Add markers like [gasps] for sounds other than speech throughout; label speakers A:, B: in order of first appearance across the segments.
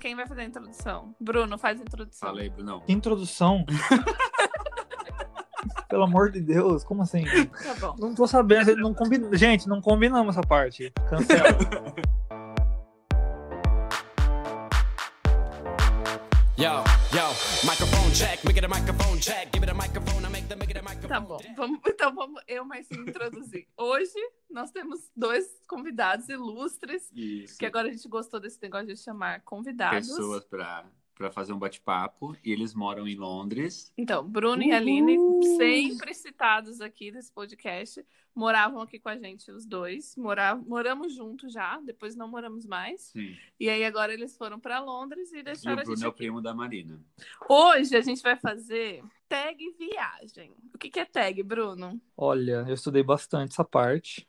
A: Quem vai fazer a introdução? Bruno, faz a introdução.
B: Falei, Brunão.
C: Que [laughs] introdução. Pelo amor de Deus, como assim?
A: Tá bom.
C: Não tô sabendo, não combina... gente, não combinamos essa parte. Cancela.
D: Yo, yo, microphone check, make it a microphone check, give it a microphone, I make the make it a microphone.
A: Tá bom. Vamos, [laughs] então vamos eu mais me introduzir. Hoje nós temos dois convidados ilustres,
B: Isso.
A: que agora a gente gostou desse negócio de chamar convidados.
B: Pessoas pra, pra fazer um bate-papo. E eles moram em Londres.
A: Então, Bruno e Aline, sempre citados aqui nesse podcast, moravam aqui com a gente, os dois. Mora- moramos juntos já, depois não moramos mais.
B: Sim.
A: E aí agora eles foram para Londres e
B: E o
A: deixaram a
B: Bruno
A: gente
B: é o
A: aqui.
B: primo da Marina.
A: Hoje a gente vai fazer tag viagem. O que, que é tag, Bruno?
C: Olha, eu estudei bastante essa parte.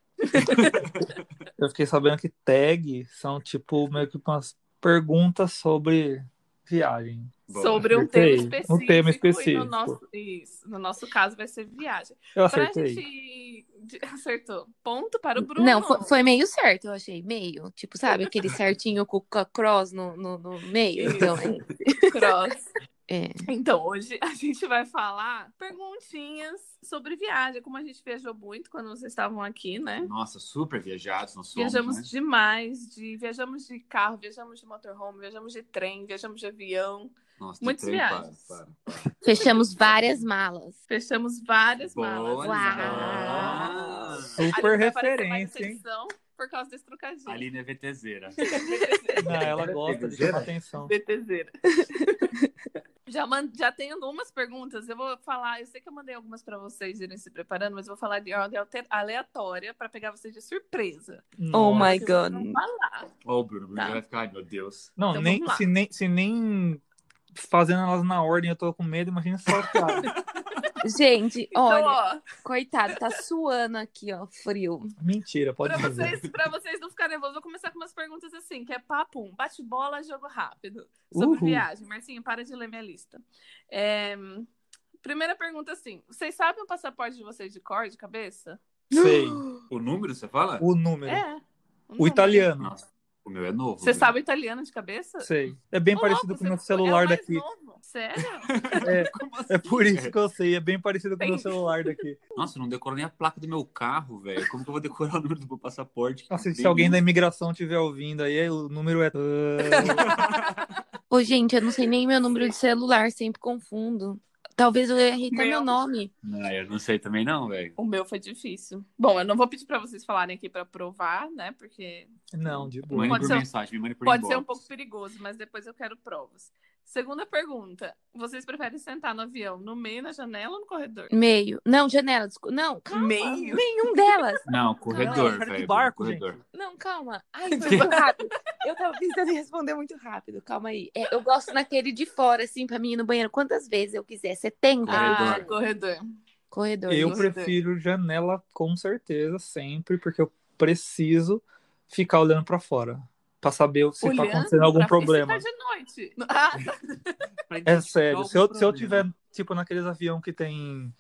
C: eu fiquei sabendo que tag são tipo meio que umas perguntas sobre viagem.
B: Bora.
A: Sobre um tema
C: Acertei.
A: específico.
C: Um tema
A: E
C: específico.
A: no nosso, isso, no nosso caso vai ser viagem.
C: Eu
A: Pra
C: acertei.
A: gente. [laughs] Acertou. Ponto para o Bruno.
E: Não, foi, foi meio certo, eu achei. Meio. Tipo, sabe, aquele certinho com a cross no, no, no meio.
A: Isso.
E: Então, é,
A: [laughs] Cross.
E: É.
A: Então, hoje a gente vai falar perguntinhas sobre viagem, como a gente viajou muito quando vocês estavam aqui, né?
B: Nossa, super viajados, nós somos,
A: Viajamos
B: né?
A: demais, de viajamos de carro, viajamos de motorhome, viajamos de trem, viajamos de avião,
B: Nossa,
A: muitas
B: tem trem,
A: viagens.
B: para, para.
E: fechamos várias malas.
A: fechamos várias
B: Boa,
A: malas.
E: Uau!
B: Aline.
A: Ali
C: Super
A: vai aparecer mais
C: referência, hein?
A: atenção Por causa desse trocadilho. [laughs]
B: Aline é VTZera.
C: Não, ela gosta de chamar atenção.
A: BTZera. [laughs] Já, man... já tenho algumas perguntas. Eu vou falar. Eu sei que eu mandei algumas para vocês irem se preparando, mas eu vou falar de ordem alter- aleatória para pegar vocês de surpresa.
E: Oh
C: Nossa.
E: my
A: Vocês
E: God.
A: vão falar.
B: Ô, oh, Bruno, Bruno
A: Tá.
B: vai ficar, ai meu Deus.
C: Não,
A: Então
C: nem,
A: vamos lá.
C: se nem se nem fazendo elas na ordem eu tô com medo, imagina só, cara.
E: Gente,
A: Então,
E: olha,
A: ó,
E: coitado, tá suando aqui, ó, frio.
C: Mentira, pode
A: para
C: fazer.
A: vocês, pra vocês não ficarem nervosos, vou começar com umas perguntas assim, que é papo, um bate-bola, jogo rápido. Sobre
C: Uhul.
A: viagem. Marcinho, para de ler minha lista. É, Primeira pergunta assim, vocês sabem o passaporte de vocês de cor, de cabeça? [gasps]
C: Sei.
B: O número, você fala?
C: O número.
A: É.
C: O italiano.
B: Nossa, o meu é novo.
A: Você
B: Bruno.
A: sabe o italiano de cabeça?
C: Sei. É bem
A: Ô,
C: parecido
A: louco,
C: com o meu
A: você- é o
C: celular
A: mais
C: daqui.
A: novo. Sério?
C: É,
B: [laughs] Como assim? É.
C: é por isso que eu sei. É bem parecido com o meu
A: Entendi.
C: celular daqui.
B: Nossa, eu não decoro nem a placa do meu carro, velho. Como que eu vou decorar o número do meu passaporte? Que
C: Nossa, se
B: delícia.
C: alguém da imigração estiver ouvindo aí, o número
A: [laughs]
C: é. Ah,
E: Ô, gente, eu não sei nem meu número de celular, sempre confundo. Talvez eu errei até
A: Meu.
E: meu nome.
B: Não, Ah, eu não sei também não, velho.
A: O meu foi difícil. Bom, eu não vou pedir pra vocês falarem aqui pra provar, né? Porque
C: Não, de boa.
B: Mande
A: Pode
B: por
A: ser- um
B: mensagem, me mande por
A: pode
B: inbox.
A: ser um pouco perigoso, mas depois eu quero provas. Segunda pergunta: vocês preferem sentar no avião no meio, na janela ou no corredor?
E: Meio. Não, janela, desculpa. Não, calma.
A: Meio?
E: Nenhum delas.
B: Não,
C: Caralho,
A: é,
B: corredor,
C: cara de
B: velho.
C: barco,
B: corredor.
C: gente.
E: Não, calma. Ai, foi muito rápido. Eu tava tentando responder muito rápido. Calma aí. É, eu gosto naquele de fora, assim, pra mim ir no banheiro quantas vezes eu quiser. 70.
B: Corredor.
A: Ah, corredor.
E: Corredor.
C: Eu
A: Gostei.
C: prefiro janela com certeza, sempre, porque eu preciso ficar olhando pra fora. Pra saber se tá acontecendo algum
A: pra-
C: problema.
A: Isso tá de
C: [laughs]
A: noite. Ah, tá.
C: É sério. Se eu, se eu tiver, tipo, naqueles avião que tem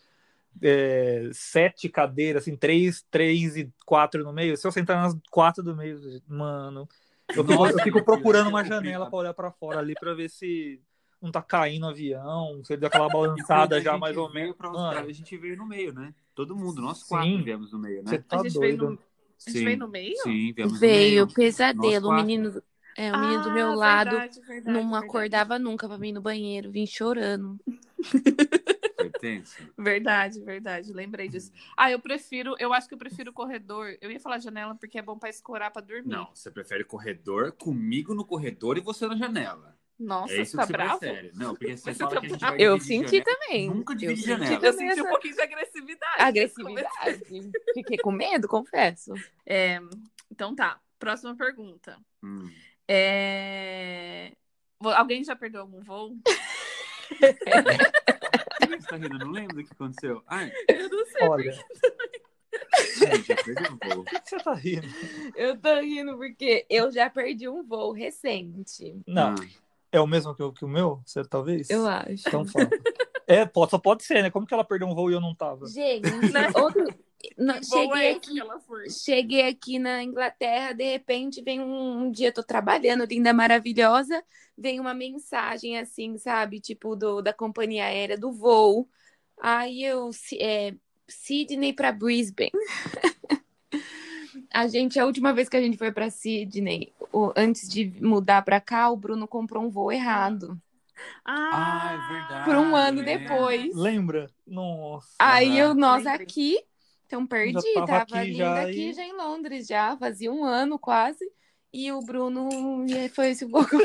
C: é, sete cadeiras, assim, três, três e quatro no meio, se eu sentar nas quatro do meio, mano, eu, fico-
B: Nossa,
C: eu fico
B: mentira,
C: procurando uma
B: complicado.
C: janela pra olhar pra fora ali pra ver se não tá caindo o avião, se ele deu aquela balançada já mais ou menos. Mano.
B: A gente veio no meio, né? Todo mundo, nós
C: Sim.
B: quatro viemos no meio,
C: Você
B: né?
C: tá
A: a gente veio no,
C: doido.
A: a gente veio no meio?
B: Sim, viemos no
E: Veio,
B: meio. Nós
E: pesadelo. O
B: quatro.
E: menino, é, o menino do
A: Ah,
E: meu lado
A: verdade, verdade,
E: não
A: verdade.
E: acordava nunca pra mim ir no banheiro. Vim chorando.
B: Foi
A: [laughs]
B: tenso.
A: Verdade, verdade, lembrei disso. Ah, eu prefiro, eu acho que eu prefiro corredor. Eu ia falar janela porque é bom pra escorar pra dormir.
B: Não, você prefere corredor comigo no corredor e você na janela.
A: Nossa,
B: é isso
A: tá
B: que você
A: bravo?
B: prefere. Não, porque você
A: Você
B: fala
A: tá
B: que a gente
A: bravo?
B: vai
E: Eu
B: dividir
E: senti
B: janela.
E: também.
B: Nunca
E: eu
B: divide
E: senti
B: janela.
A: Eu
E: também
A: senti um
E: essa
A: pouquinho de agressividade. né,
E: agressividade. Fiquei com medo, confesso.
A: É, então tá, próxima pergunta.
B: Hum.
A: É, vo- Alguém já perdeu algum voo?
B: Por que você tá rindo? Eu não lembro do que aconteceu. Ai,
A: [laughs] Eu não sei.
C: Olha,
B: gente, eu perdi um o voo.
C: por que [laughs] você tá rindo?
E: Eu tô rindo porque eu já perdi um voo recente.
B: Ah.
C: Não, é o mesmo que o, que o meu? Você, talvez?
E: Eu acho.
C: Então fala. É, pode, só pode ser, né? Como que ela perdeu um voo e eu não tava?
E: Gente, outro, Não,
A: Que boa
E: cheguei,
A: é essa
E: aqui,
A: que ela foi.
E: cheguei aqui na Inglaterra, de repente vem um, um dia, eu tô trabalhando, linda, maravilhosa, vem uma mensagem assim, sabe? Tipo, do, da companhia aérea, do voo. Aí eu, si- é, Sydney pra Brisbane. [laughs] A gente, a última vez que a gente foi pra Sydney, o- antes de mudar pra cá, o Bruno comprou um voo errado.
B: Ah, é verdade.
E: Por um ano
B: eu lembro.
E: depois.
C: Lembra? Nossa.
E: Aí eu, nós
A: Lembrei.
E: aqui, então perdi,
C: tava
E: tava,
C: aqui
E: linda
C: já
E: aqui
C: e-
E: já em Londres já, fazia um ano quase. E o Bruno e aí foi esse voo. que eu-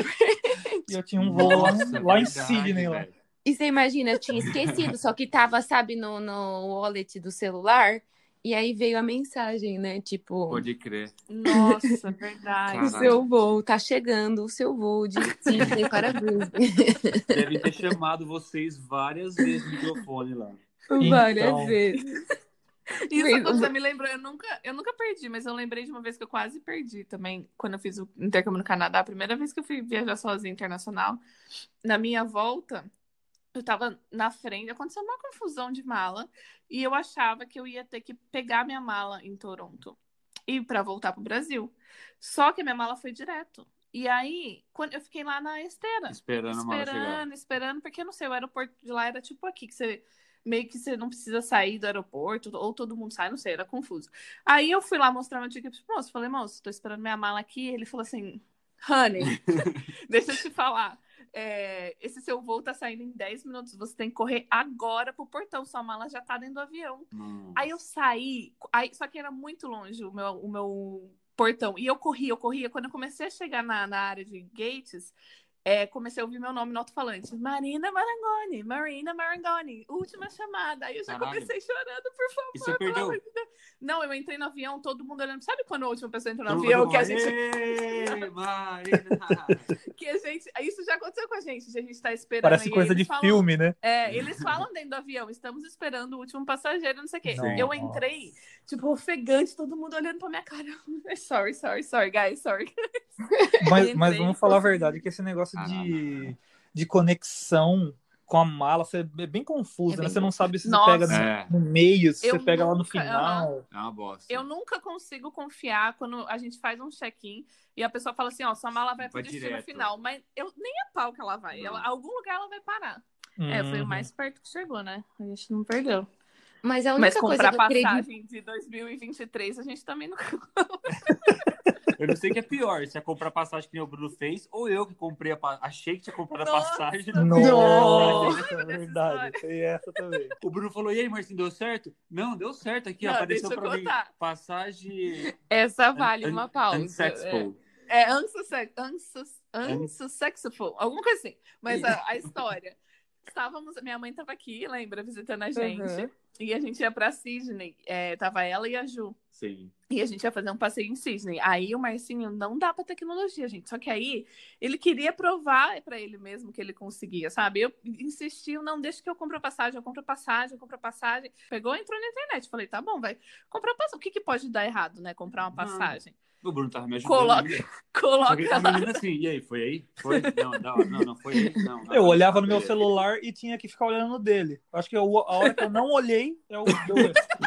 C: E eu tinha um voo lá,
B: Nossa, é
C: lá em
B: verdade,
C: Sydney. Lá.
B: velho.
E: [laughs] E você imagina, eu tinha esquecido, só que tava, sabe, no, no wallet do celular. E aí veio a mensagem, né? Tipo,
B: Pode crer.
A: Nossa, é verdade.
E: o
B: Caralho.
E: seu voo tá chegando, o seu voo de Sydney para Brisbane. [laughs]
B: Devem ter chamado vocês várias vezes no microfone lá.
E: Várias
C: Então.
E: vezes.
A: Isso
E: Sim.
A: quando você me lembrou, eu nunca, eu nunca perdi, mas eu lembrei de uma vez que eu quase perdi também, quando eu fiz o intercâmbio no Canadá, a primeira vez que eu fui viajar sozinha internacional, na minha volta, eu tava na frente, aconteceu uma confusão de mala, e eu achava que eu ia ter que pegar minha mala em Toronto e para voltar pro Brasil. Só que a minha mala foi direto. E aí, quando eu fiquei lá na esteira,
B: Esperando a mala chegar.
A: esperando, esperando, porque eu não sei, o aeroporto de lá era tipo aqui, que você meio que você não precisa sair do aeroporto, ou todo mundo sai, não sei, era confuso. Aí eu fui lá mostrar meu ticket pro moço, falei, moço, tô esperando minha mala aqui. Ele falou assim, [laughs] honey, deixa eu te falar. é, esse seu voo tá saindo em 10 minutos, você tem que correr agora pro portão, sua mala já tá dentro do avião.
B: Nossa.
A: Aí eu saí, aí- só que era muito longe o meu, o meu portão. E eu corri, eu corria. Quando eu comecei a chegar na, na área de gates, é, comecei a ouvir meu nome no alto-falante. Marina Marangoni, Marina Marangoni, última chamada. Aí eu já
B: Caralho.
A: comecei chorando, por favor.
B: E você
A: pelo
B: perdeu?
A: amor de Deus. Não, eu entrei no avião, todo mundo olhando. Sabe quando a última pessoa entra no
B: Todo mundo
A: avião? Que a,
B: falando,
A: gente, [laughs]
B: "Ê, Marina!"
A: que a gente. Isso já aconteceu com a gente. A gente tá esperando.
C: Parece
A: aí,
C: coisa
A: eles
C: de
A: falam- [laughs]
C: filme, né?
A: é,
B: [laughs]
A: eles falam dentro do avião, estamos esperando o último passageiro, não sei o quê.
C: Sim.
A: Eu entrei, tipo, ofegante, todo mundo olhando pra minha cara. [laughs] Sorry, sorry, sorry, guys, sorry.
C: Mas,
A: Lembrei
C: mas
A: de
C: vamos falar a
A: você.
C: verdade é que esse negócio
B: Ah,
C: de, de conexão com a mala você é bem confuso,
E: É
C: né?
E: bem
C: Você não sabe se
A: Nossa.
C: você pega no-
B: É,
C: no, meio, se
A: Eu
C: você pega lá no
A: nunca-
C: final.
B: é uma bosta.
A: Eu nunca consigo confiar quando a gente faz um check-in e a pessoa fala assim, ó, sua mala vai pro
B: Vai
A: destino
B: direto. Uhum.
A: final. Mas eu nem a pau que ela vai.
B: Não.
A: Ela, algum lugar ela vai parar. É, foi o
C: Uhum.
A: mais perto que chegou, né? A gente não perdeu.
E: Mas a única
A: Mas
E: coisa
A: comprar
E: que eu acredito.
A: passagem de 2023, a gente também [laughs] não.
B: Eu não sei o que é pior, se é comprar passagem que nem o Bruno fez, ou eu que comprei a pa- Achei que tinha comprado a
A: Nossa. [laughs]
B: passagem.
C: Nossa, é
A: dessa
C: verdade. Tem essa também.
B: O Bruno falou, e aí, Marcinho, deu certo? Não, deu certo aqui, ó,
A: Não,
B: apareceu
A: deixa eu
B: pra mim.
A: contar.
B: Passagem...
E: Essa vale uma pausa.
B: Unsexpol.
A: É unsuccess- unsus- unsuccessful, alguma coisa assim. Mas a,
B: [laughs]
A: a história. Estávamos, minha mãe estava aqui, lembra, visitando a gente.
E: Uhum.
A: E a gente ia pra Sydney. É, tava ela e a Ju.
B: Sim.
A: E a gente ia fazer um passeio em Sydney. Aí o Marcinho não dá pra tecnologia, gente. Só que aí ele queria provar pra ele mesmo que ele conseguia, sabe? Eu insisti, eu, não, deixa que eu compro a passagem, eu compro a passagem, eu compro a passagem. Pegou, entrou na internet. Falei, tá bom, vai comprar a passagem. O que, que pode dar errado, né? Comprar uma
B: Nada.
A: passagem.
B: O Bruno tava me ajudando.
A: Coloca-
B: né? Só que ele
A: Coloca
B: tava
A: lá.
B: me olhando assim, e aí, foi aí? Foi? Não, não, não, não foi aí, não. não.
C: Eu olhava no meu celular e tinha que ficar olhando no dele. Acho que eu- a hora que eu não olhei, é eu
A: [laughs]
C: deu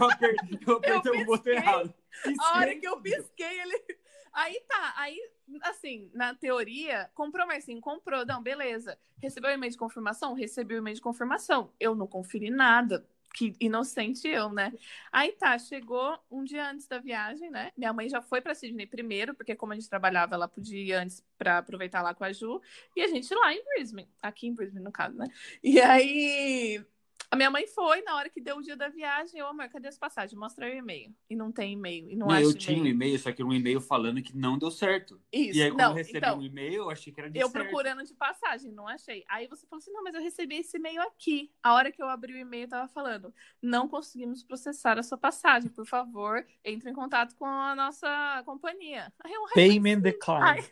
B: Eu apertei, eu apertei
A: Eu
B: o botão
A: pisquei.
B: errado.
A: A hora que eu pisquei, ele. [laughs] Aí tá, aí, assim, na teoria, comprou, mas sim, comprou. Não, beleza. Recebeu o e-mail de confirmação? Recebi o e-mail de confirmação. Eu não conferi nada. Que inocente eu, né? Aí tá, chegou um dia antes da viagem, né? Minha mãe já foi pra Sydney primeiro, porque como a gente trabalhava, ela podia ir antes pra aproveitar lá com a Ju. E a gente lá em Brisbane. Aqui em Brisbane, no caso, né? E aí. A minha mãe foi, na hora que deu o dia da viagem, eu, amor, cadê as passagens? Mostra aí o e-mail. E não tem e-mail. E não,
B: Não,
A: acho
B: eu tinha um
A: e-mail.
B: e-mail, só que era um e-mail falando que não deu certo.
A: Isso,
B: E aí, quando eu
A: não,
B: recebi
A: então,
B: um e-mail, eu achei que era de
A: eu
B: certo.
A: procurando de passagem, não achei. Aí você falou assim, não, mas eu recebi esse e-mail aqui. A hora que eu abri o e-mail, tava falando, não conseguimos processar a sua passagem, por favor, entre em contato com a nossa companhia. Aí eu, "Ai, mas
C: payment decline.
A: Ai.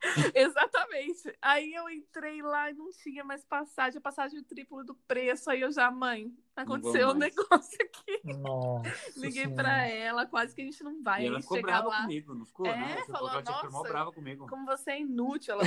A: [laughs] Exatamente. Aí eu entrei lá e não tinha mais passagem, a passagem triplo do preço. Aí eu já, mãe, aconteceu um
B: mais.
A: negócio aqui.
C: Nossa
A: Liguei
C: Senhora.
A: pra ela, quase que a gente não vai.
B: e ela
A: Aí
B: ficou
A: chegar
B: brava
A: lá,
B: comigo, não ficou?
A: É,
B: né? Ela
A: falou,
B: ela tinha que
A: "Nossa,
B: brava comigo.
A: Como você é inútil, ela
B: Eu fui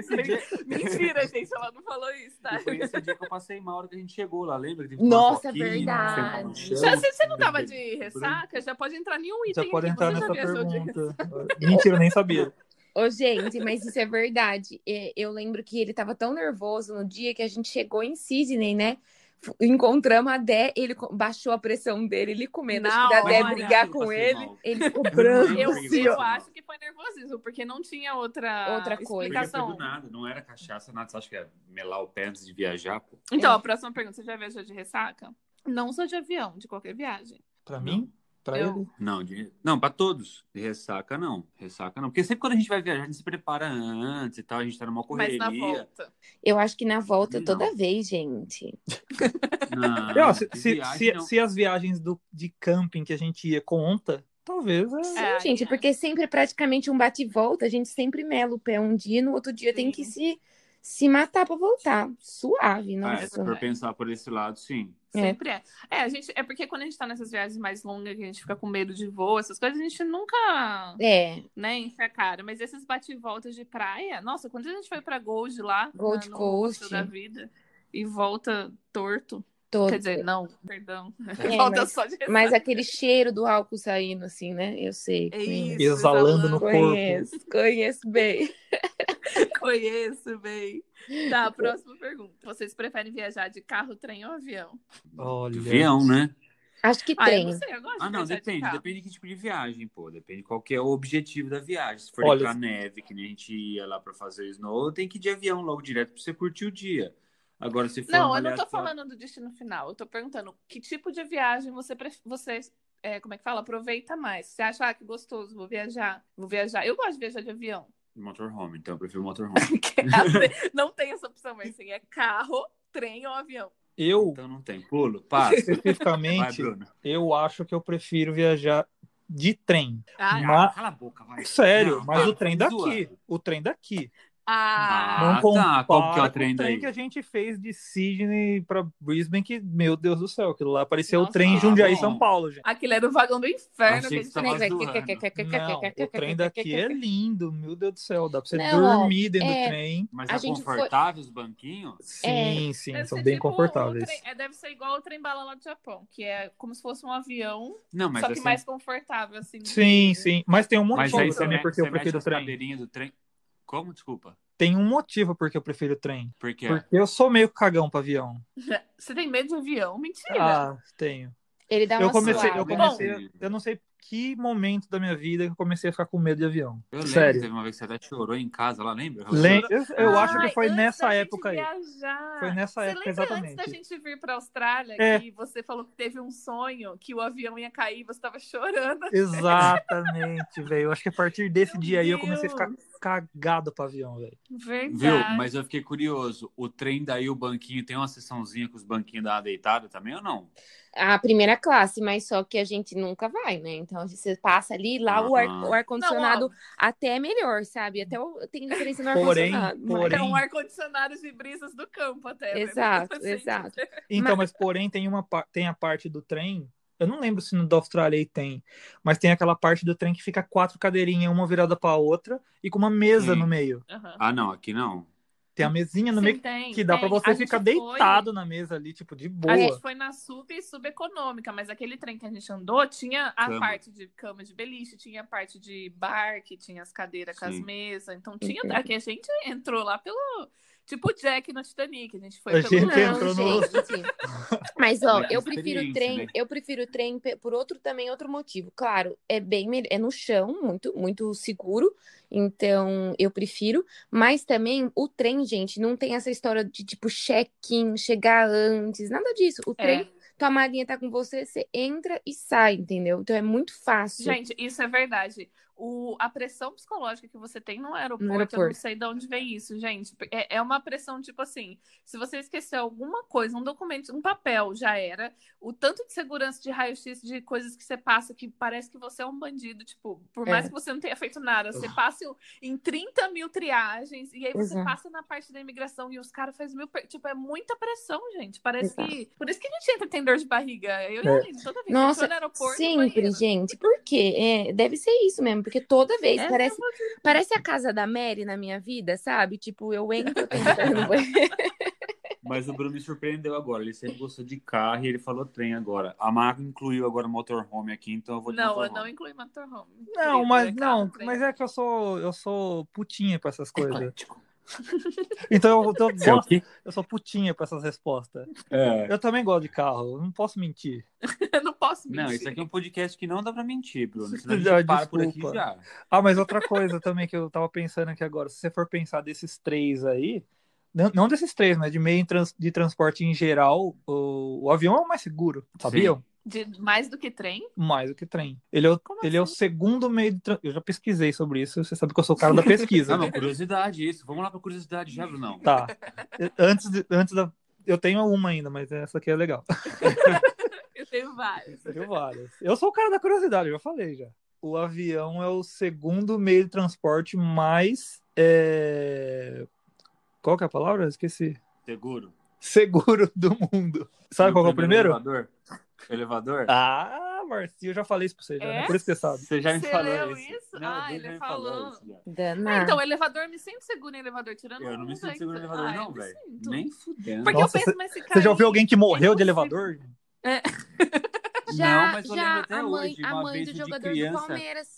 A: [laughs]
B: esse dia-
A: Mentira, gente, ela não falou isso, tá?
B: E foi esse dia que eu passei mal a hora que a gente chegou lá, lembra? Que teve
E: Nossa,
B: pipoquinha,
E: verdade.
B: não sei o que no
A: Já,
B: chão.
A: você, você não tava de ressaca? Já pode entrar em um item
C: Já pode
A: aqui.
C: entrar
A: você já
C: nessa
A: viajou de ressaca?
C: pergunta. [laughs] Mentira, eu nem sabia.
E: Ô, gente, mas isso é verdade. É, Eu lembro que ele tava tão nervoso no dia que a gente chegou em Sydney, né? F- Encontramos a Dé, ele co- baixou a pressão dele, ele com medo
A: Na
E: acho que da
B: Mas
E: Dé
B: eu
A: hora.
E: brigar
B: passei
E: com ele.
B: Assim, mal.
E: Ele ficou
B: Eu
E: bravo.
A: Eu,
B: Sim,
A: eu
B: sim.
A: acho que foi nervosismo, porque não tinha outra,
E: Outra coisa.
B: Porque foi
A: explicação.
B: do nada, não era cachaça, nada. Você acha que é melar o pé antes de viajar? Pô?
A: Então,
E: É.
A: a próxima pergunta: você já viajou de ressaca? Não só de avião, de qualquer viagem.
C: Pra mim? Pra
A: Eu-
C: ele?
B: Não, de... não, pra todos. De ressaca, não. Ressaca, não. Porque sempre quando a gente vai viajar, a gente se prepara antes e tal, a gente tá numa correria.
A: Mas na volta.
E: Eu acho que na volta
B: Não.
E: toda vez, gente.
C: [laughs]
B: Não,
C: Eu, ó, se,
B: de
C: se-
B: viagem,
C: se-
B: não.
C: se as viagens do, de camping que a gente ia conta, talvez é.
E: Sim,
A: É,
E: gente,
A: é.
E: porque sempre praticamente um bate e volta, a gente sempre mela o pé um dia, no outro dia tem
A: Sim.
E: que se, se matar pra voltar. Suave,
B: Ah, é, se
E: nossa.
B: for pensar por esse lado, sim.
E: É.
A: Sempre é. É, a gente, é porque quando a gente tá nessas viagens mais longas, que a gente fica com medo de voo, essas coisas, a gente nunca,
E: É,
A: né, enche a cara. Mas esses bate e voltas de praia, nossa, quando a gente foi pra Gold lá, né,
E: Gold
A: no
E: Coast.
A: hostel da vida, e volta torto,
E: todo.
A: quer dizer, não, perdão, [laughs]
E: É,
A: volta
E: mas,
A: só de
E: mas aquele cheiro do álcool saindo, assim, né? Eu sei.
A: É
E: conheço.
A: isso,
C: Exalando no corpo.
E: Conheço, conheço bem.
A: é Conheço bem. Tá, próxima pergunta. Vocês preferem viajar de carro, trem ou avião?
C: Olha.
A: [laughs]
B: Avião, né?
E: Acho que
A: Ah, eu não
E: tem.
A: sei, eu gosto
B: Ah,
A: de
B: não,
A: viajar de
B: depende.
A: carro.
B: Depende de que tipo de viagem, pô. Depende qual que é o objetivo da viagem. Se for
C: Olha-
B: ir pra neve, que nem a gente ia lá pra fazer snow, tem que ir de avião logo direto pra você curtir o dia. Agora, se for
A: Não,
B: uma
A: eu não tô
B: aleatória-
A: falando do destino final. Eu tô perguntando que tipo de viagem você, pref- você é, como é que fala? Aproveita mais. Você acha, ah, que gostoso, vou viajar. Vou viajar. Eu gosto de viajar de avião. [laughs]
B: Motorhome, então eu prefiro motorhome. [laughs]
A: não tem essa opção, mas assim, é carro, trem ou avião.
C: Eu,
B: então não tem. Pulo,
C: [laughs]
B: passa. Vai,
C: especificamente,
B: Bruno.
C: eu acho que eu prefiro viajar de trem.
A: Ah,
C: Ma-
B: cala a boca, vai.
C: Sério,
B: Não,
C: mas
B: para,
C: o trem
B: tá me zoando.
C: daqui. O trem daqui.
A: ah,
B: Ah,
C: não compara
B: tá. Qual que é o
C: com
B: trem daí?
C: que a gente fez de Sydney pra Brisbane, que, meu Deus do céu, aquilo lá parecia o
A: Nossa.
C: trem Jundiaí
B: Ah, bom.
C: São Paulo, gente.
A: aquele era o vagão é do inferno.
B: Achei
A: Que a
B: que
A: gente
B: tava
A: nem vai-
B: zoando.
C: Não, o trem daqui é lindo, meu Deus do céu. Dá pra você
E: Não, ó,
C: dormir dentro
E: é-
C: do trem.
B: Mas
E: A
B: é
E: gente foi-
B: confortável os banquinhos?
C: Sim, sim,
A: Deve
C: são
A: ser
C: bem
A: tipo um
C: confortáveis.
A: trem- é, deve ser igual o trem bala lá do Japão, que é como se fosse um avião,
B: Não, mas
A: só que
B: assim,
A: mais confortável, assim.
C: Sim, sim. Mas tem um
B: mas
C: motivo
B: aí você
C: também
B: mete,
C: porque
B: você
C: eu
B: mete
C: prefiro o
B: as
C: trem.
B: cadeirinhas do trem. Como? Desculpa.
C: Tem um motivo porque eu prefiro o trem.
B: Porque
C: Porque eu sou meio cagão pra avião.
A: Você tem medo de avião? Mentira.
C: Ah, tenho.
E: Ele dá uma
C: Eu comecei,
E: suada.
C: eu comecei,
B: Bom.
C: eu não sei que momento da minha vida que eu comecei a ficar com medo de avião.
B: eu lembro
C: Sério.
B: que teve uma vez que você até chorou em casa lá, lembra?
C: Lem- Eu, eu
A: Ai,
C: acho que foi
A: antes
C: nessa
A: da gente
C: época aí.
A: Viajar.
C: Foi nessa
A: Você
C: época,
A: lembra antes da
C: exatamente.
A: gente vir pra Austrália,
C: É.
A: que você falou que teve um sonho, que o avião ia cair e você tava chorando? [laughs]
C: Exatamente, velho. Eu acho que a partir desse
A: Meu
C: dia aí eu comecei a ficar
A: Deus.
C: cagado pro avião, velho.
A: Verdade.
B: Viu? Mas eu fiquei curioso. O trem daí, o banquinho, tem uma sessãozinha com os banquinhos da deitada também ou não?
E: A primeira classe, mas só que a gente nunca vai, né? Então você passa ali, lá o ar-
B: Ah.
E: o ar-condicionado
A: Não, ó,
E: até é melhor, sabe? Até o- tem diferença no
C: Porém,
E: ar-condicionado. mas-
C: porém-
A: é um ar-condicionado de brisas do campo até. né?
E: Exato,
A: Assim.
E: exato.
C: Então, mas porém tem uma pa- tem a parte do trem. Eu não lembro se no da Austrália aí tem, mas tem aquela parte do trem que fica quatro cadeirinhas, uma virada pra outra e com uma mesa
B: Sim.
C: no meio.
A: Aham.
B: Ah, não, aqui não.
C: Tem a mesinha no
A: Sim,
C: meio
A: tem,
C: que dá
A: tem.
C: pra
A: A
C: você
A: gente
C: ficar
A: foi-
C: deitado na mesa ali, tipo de
A: A gente
C: boa.
A: foi na sub e subeconômica, mas aquele trem que a gente andou tinha a
B: Cama.
A: parte de cama de beliche, tinha a parte de bar, que tinha as cadeiras com as
B: Sim.
A: mesas. Então tinha.
E: Uhum.
A: Aqui a gente entrou lá pelo. Tipo o Jack no Titanic, a gente foi
C: A
A: pelo.
C: gente
A: lado.
C: entrou no-
E: gente. Mas ó,
B: Mas que
E: eu prefiro o
B: experiência,
E: trem,
B: né?
E: eu prefiro o trem pe- por outro também outro motivo. Claro, é bem mel- é no chão, muito muito seguro. Então, eu prefiro, mas também o trem, gente, não tem essa história de tipo check-in, chegar antes, nada disso. O trem,
A: É.
E: tua malinha tá com você, você entra e sai, entendeu? Então é muito fácil.
A: Gente, isso é verdade. O- o, a pressão psicológica que você tem no aeroporto,
E: No
A: eu
E: aeroporto.
A: não sei de onde vem isso, gente. É, é uma pressão, tipo assim, se você esquecer alguma coisa, um documento, um papel, já era. O tanto de segurança de raio-x, de coisas que você passa, que parece que você é um bandido, tipo, por mais
E: É.
A: que você não tenha feito nada, você passa em 30 mil triagens, e aí você
E: Exato.
A: passa na parte da imigração e os caras fazem mil. per- Tipo, é muita pressão, gente. Parece
E: Exato.
A: que. Por isso que a gente entra e tem dor de barriga. Eu e
C: É.
A: a Aline, toda vez que
E: Nossa,
A: eu tô no aeroporto.
E: Sempre,
A: banheiro.
E: gente. Por quê? É, deve ser isso mesmo, porque toda vez
A: É,
E: parece,
A: eu vou dizer,
E: parece a casa da Mary na minha vida, sabe? Tipo, eu entro eu tenho que ir no banheiro. [laughs]
B: Mas o Bruno me surpreendeu agora. Ele sempre gostou de carro e ele falou trem agora. A Marco incluiu agora o motorhome aqui, então eu vou de
A: Não, eu
B: motorhome.
A: não incluí motorhome.
C: Não,
A: Queria
C: mas
A: colocar
C: não,
A: no trem.
C: mas é que eu sou eu sou putinha pra essas coisas.
B: Eclético.
C: Então eu, eu
B: Você é o
C: gosto-
B: quê?
C: eu sou putinha pra essas respostas.
B: É.
C: Eu também gosto de carro, eu não posso mentir.
A: [laughs] Eu não posso mentir.
B: Não, isso aqui é um podcast que não dá pra mentir, Bruno. Senão a gente
C: Já,
B: para por aqui
C: desculpa.
B: já.
C: Ah, mas outra coisa também que eu tava pensando aqui agora, se você for pensar desses três aí, não, não desses três, mas de meio em trans- de transporte em geral, o, o avião é o mais seguro, sabiam?
A: De- mais do que trem?
C: Mais do que trem. Ele é o,
A: Como
C: ele é o segundo meio de transporte. Eu já pesquisei sobre isso, você sabe que eu sou o cara da pesquisa.
B: [laughs] Não, não, curiosidade, isso. Vamos lá pra curiosidade já, Bruno.
C: Tá. Antes, de- antes da. Eu tenho uma ainda, mas essa aqui é legal.
A: Eu tenho vários.
C: Eu tenho várias. Eu sou o cara da curiosidade, eu já falei já. O avião é o segundo meio de transporte mais. é, Qual que é a palavra? Eu Esqueci.
B: Seguro.
C: Seguro do mundo. Sabe
B: E
C: qual que é o primeiro?
B: Elevador. Elevador?
C: Ah, Marcinho, eu já falei isso pra você, já, né?
A: É?
C: Por isso que você sabe.
B: Você já me
A: Você
B: falou
A: leu
B: isso.
A: isso?
B: Não,
A: Ah,
B: Deus
A: ele
B: já me
A: falou.
B: isso já.
A: Ah, [laughs]
E: Danado.
A: então, elevador, eu me sinto seguro em elevador, tirando
B: Eu não me
A: uns
B: sinto
A: aí
B: seguro no
A: que-
B: elevador,
A: Ah, eu
B: não,
A: me
B: velho.
A: sinto.
B: Nem fudendo.
A: Porque
C: Nossa,
A: eu penso, mas se
C: Você já ouviu
A: cair-
C: alguém que morreu de
A: impossível.
C: elevador?
E: Já,
B: não, mas eu
E: já
B: lembro até
E: a mãe,
B: hoje,
E: a
B: uma
E: mãe
B: vez
E: do
B: de
E: jogador do
B: criança.
E: Palmeiras.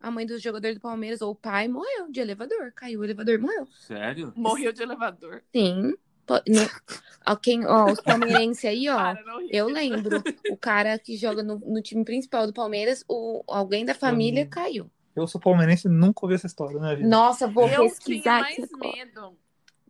E: A mãe do jogador do Palmeiras ou o pai morreu de elevador. Caiu o elevador, morreu.
B: Sério?
A: Morreu de elevador.
E: Sim. Po- no- Ó, quem- ó, os palmeirenses aí, ó.
A: Para, não ri.
E: Eu lembro. O cara que joga no, no time principal do Palmeiras, o, alguém da família
C: Hum.
E: caiu.
C: Eu sou palmeirense e nunca ouvi essa história, né, vida?
E: Nossa, vou
A: Eu tinha
E: pesquisar. aqui
A: mais
E: agora.
A: medo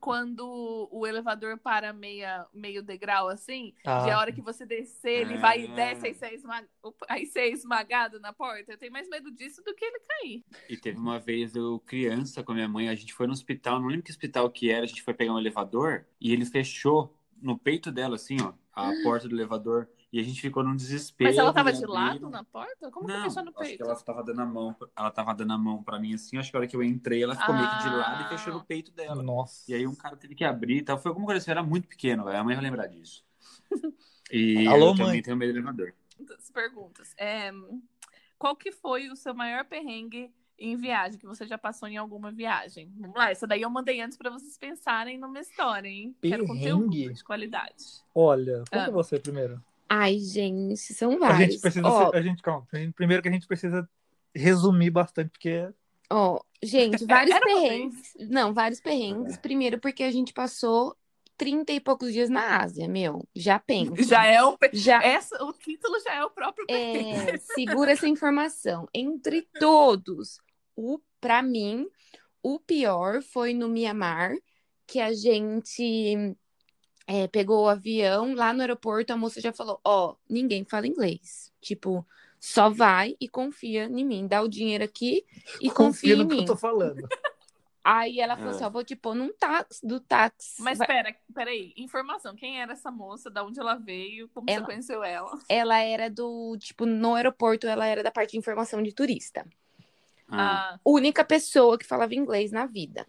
A: quando o elevador para meia, meio degrau, assim,
C: Ah.
A: de a hora que você descer, ele
B: É.
A: vai e desce, aí você, é esma- opa, aí você é esmagado na porta. Eu tenho mais medo disso do que ele cair.
B: E teve uma vez eu, criança, com a minha mãe, a gente foi no hospital, não lembro que hospital que era, a gente foi pegar um elevador e ele fechou no peito dela, assim, ó, a porta do elevador. E a gente ficou num desespero.
A: Ah. Mas ela tava de
B: abriram.
A: lado na porta? Como
B: não,
A: que fechou no
B: acho que
A: peito?
B: ela tava dando a mão, ela tava dando a mão pra mim, assim, acho que a hora que eu entrei, ela ficou meio que de lado e
A: Ah.
B: fechou no peito dela.
C: Nossa.
B: E aí um cara teve que abrir e tal. Foi alguma coisa assim, eu era muito pequeno, velho. A mãe vai lembrar disso. E
C: Alô,
B: eu
C: mãe.
B: também tenho medo do elevador.
A: Muitas perguntas. É, qual que foi o seu maior perrengue em viagem, que você já passou em alguma viagem? Vamos lá, essa daí eu mandei antes pra vocês pensarem numa história, hein? Quero conteúdo
C: Perrengue?
A: de qualidade.
C: Olha, qual
A: Ah.
C: que é você primeiro?
E: Ai, gente, são
C: A
E: vários.
C: gente precisa.
E: Ó,
C: A gente, calma. a gente- primeiro que a gente precisa resumir bastante, porque.
E: Ó, gente, vários
A: Era pra
E: perrengues. Não, vários perrengues. Primeiro, porque a gente passou 30 e poucos dias na Ásia, meu. Já pensa.
A: Já é um
E: Já
A: Essa, o título já é o próprio perrengue.
E: é,
A: [laughs]
E: segura essa informação. Entre todos, o para mim, o pior foi no Mianmar, que a gente é, pegou o avião lá no aeroporto, a moça já falou: "Ó, ninguém fala inglês. Tipo, só vai e confia em mim, dá o dinheiro aqui e confia,
C: no
E: em
C: que
E: mim".
C: eu tô falando.
E: Aí ela falou assim: ó, vou te pôr num táxi, do táxi.
A: Mas
E: Vai-
A: pera, peraí, informação. Quem era essa moça? Da onde ela veio? Como você
E: Ela-
A: conheceu ela?
E: Ela era do, tipo, no aeroporto, ela era da parte de informação de turista.
B: Ah,
A: Ah,
E: Única pessoa que falava inglês na vida.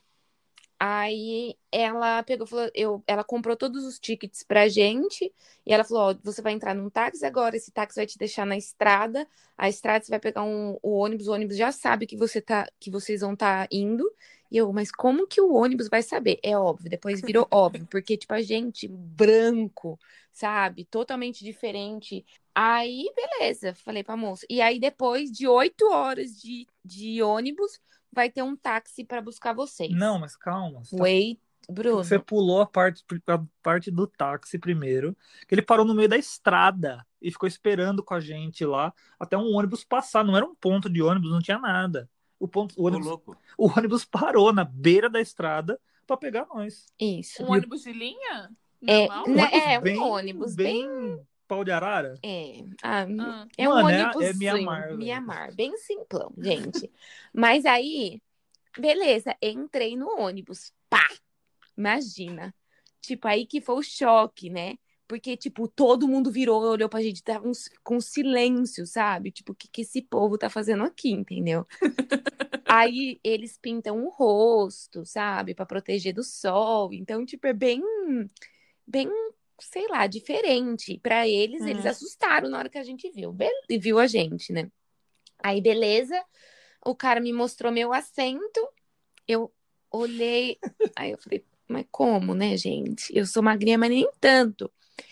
E: Aí ela pegou, e falou, eu, ela comprou todos os tickets pra gente e ela falou: ó, você vai entrar num táxi agora, esse táxi vai te deixar na estrada. A estrada você vai pegar um, o ônibus, o ônibus já sabe que você tá, que vocês vão estar indo. E eu, mas como que o ônibus vai saber? É óbvio, depois virou óbvio, porque, tipo, a gente branco, sabe? Totalmente diferente. Aí, beleza, falei pra moça. E aí, depois de oito horas de, de ônibus, vai ter um táxi pra buscar vocês.
C: Não, mas calma. Você, tá-
E: Wait, Bruno.
C: você pulou a parte, a parte do táxi primeiro, que ele parou no meio da estrada e ficou esperando com a gente lá até um ônibus passar. Não era um ponto de ônibus, não tinha nada. O, ponto, o,
B: Ô,
C: ônibus,
B: louco.
C: o ônibus parou na beira da estrada pra pegar nós.
E: Isso.
A: um ônibus de linha?
E: É,
A: Normal?
E: né,
C: ônibus
E: é, um
C: bem-
E: ônibus bem,
C: pau de arara?
E: É, ah,
A: Ah, [laughs]
E: é um
C: Mano, é-
E: ônibus.
C: é Mianmar, velho.
E: Mianmar, bem simplão, gente. Mas aí, beleza, entrei no ônibus. Pá! Imagina. Tipo, aí que foi o choque, né? Porque, tipo, todo mundo virou, olhou pra gente, tava um, s- com silêncio, sabe? Tipo, o que, que esse povo tá fazendo aqui, entendeu? aí eles pintam o rosto, sabe? Pra proteger do sol. Então, tipo, é bem. Bem sei lá, diferente. Pra eles, eles
A: Uhum.
E: assustaram na hora que a gente viu, Be- e viu a gente, né? Aí, beleza. O cara me mostrou meu assento. Eu olhei, aí eu falei, mas como, né, gente? Eu sou magrinha, mas nem tanto.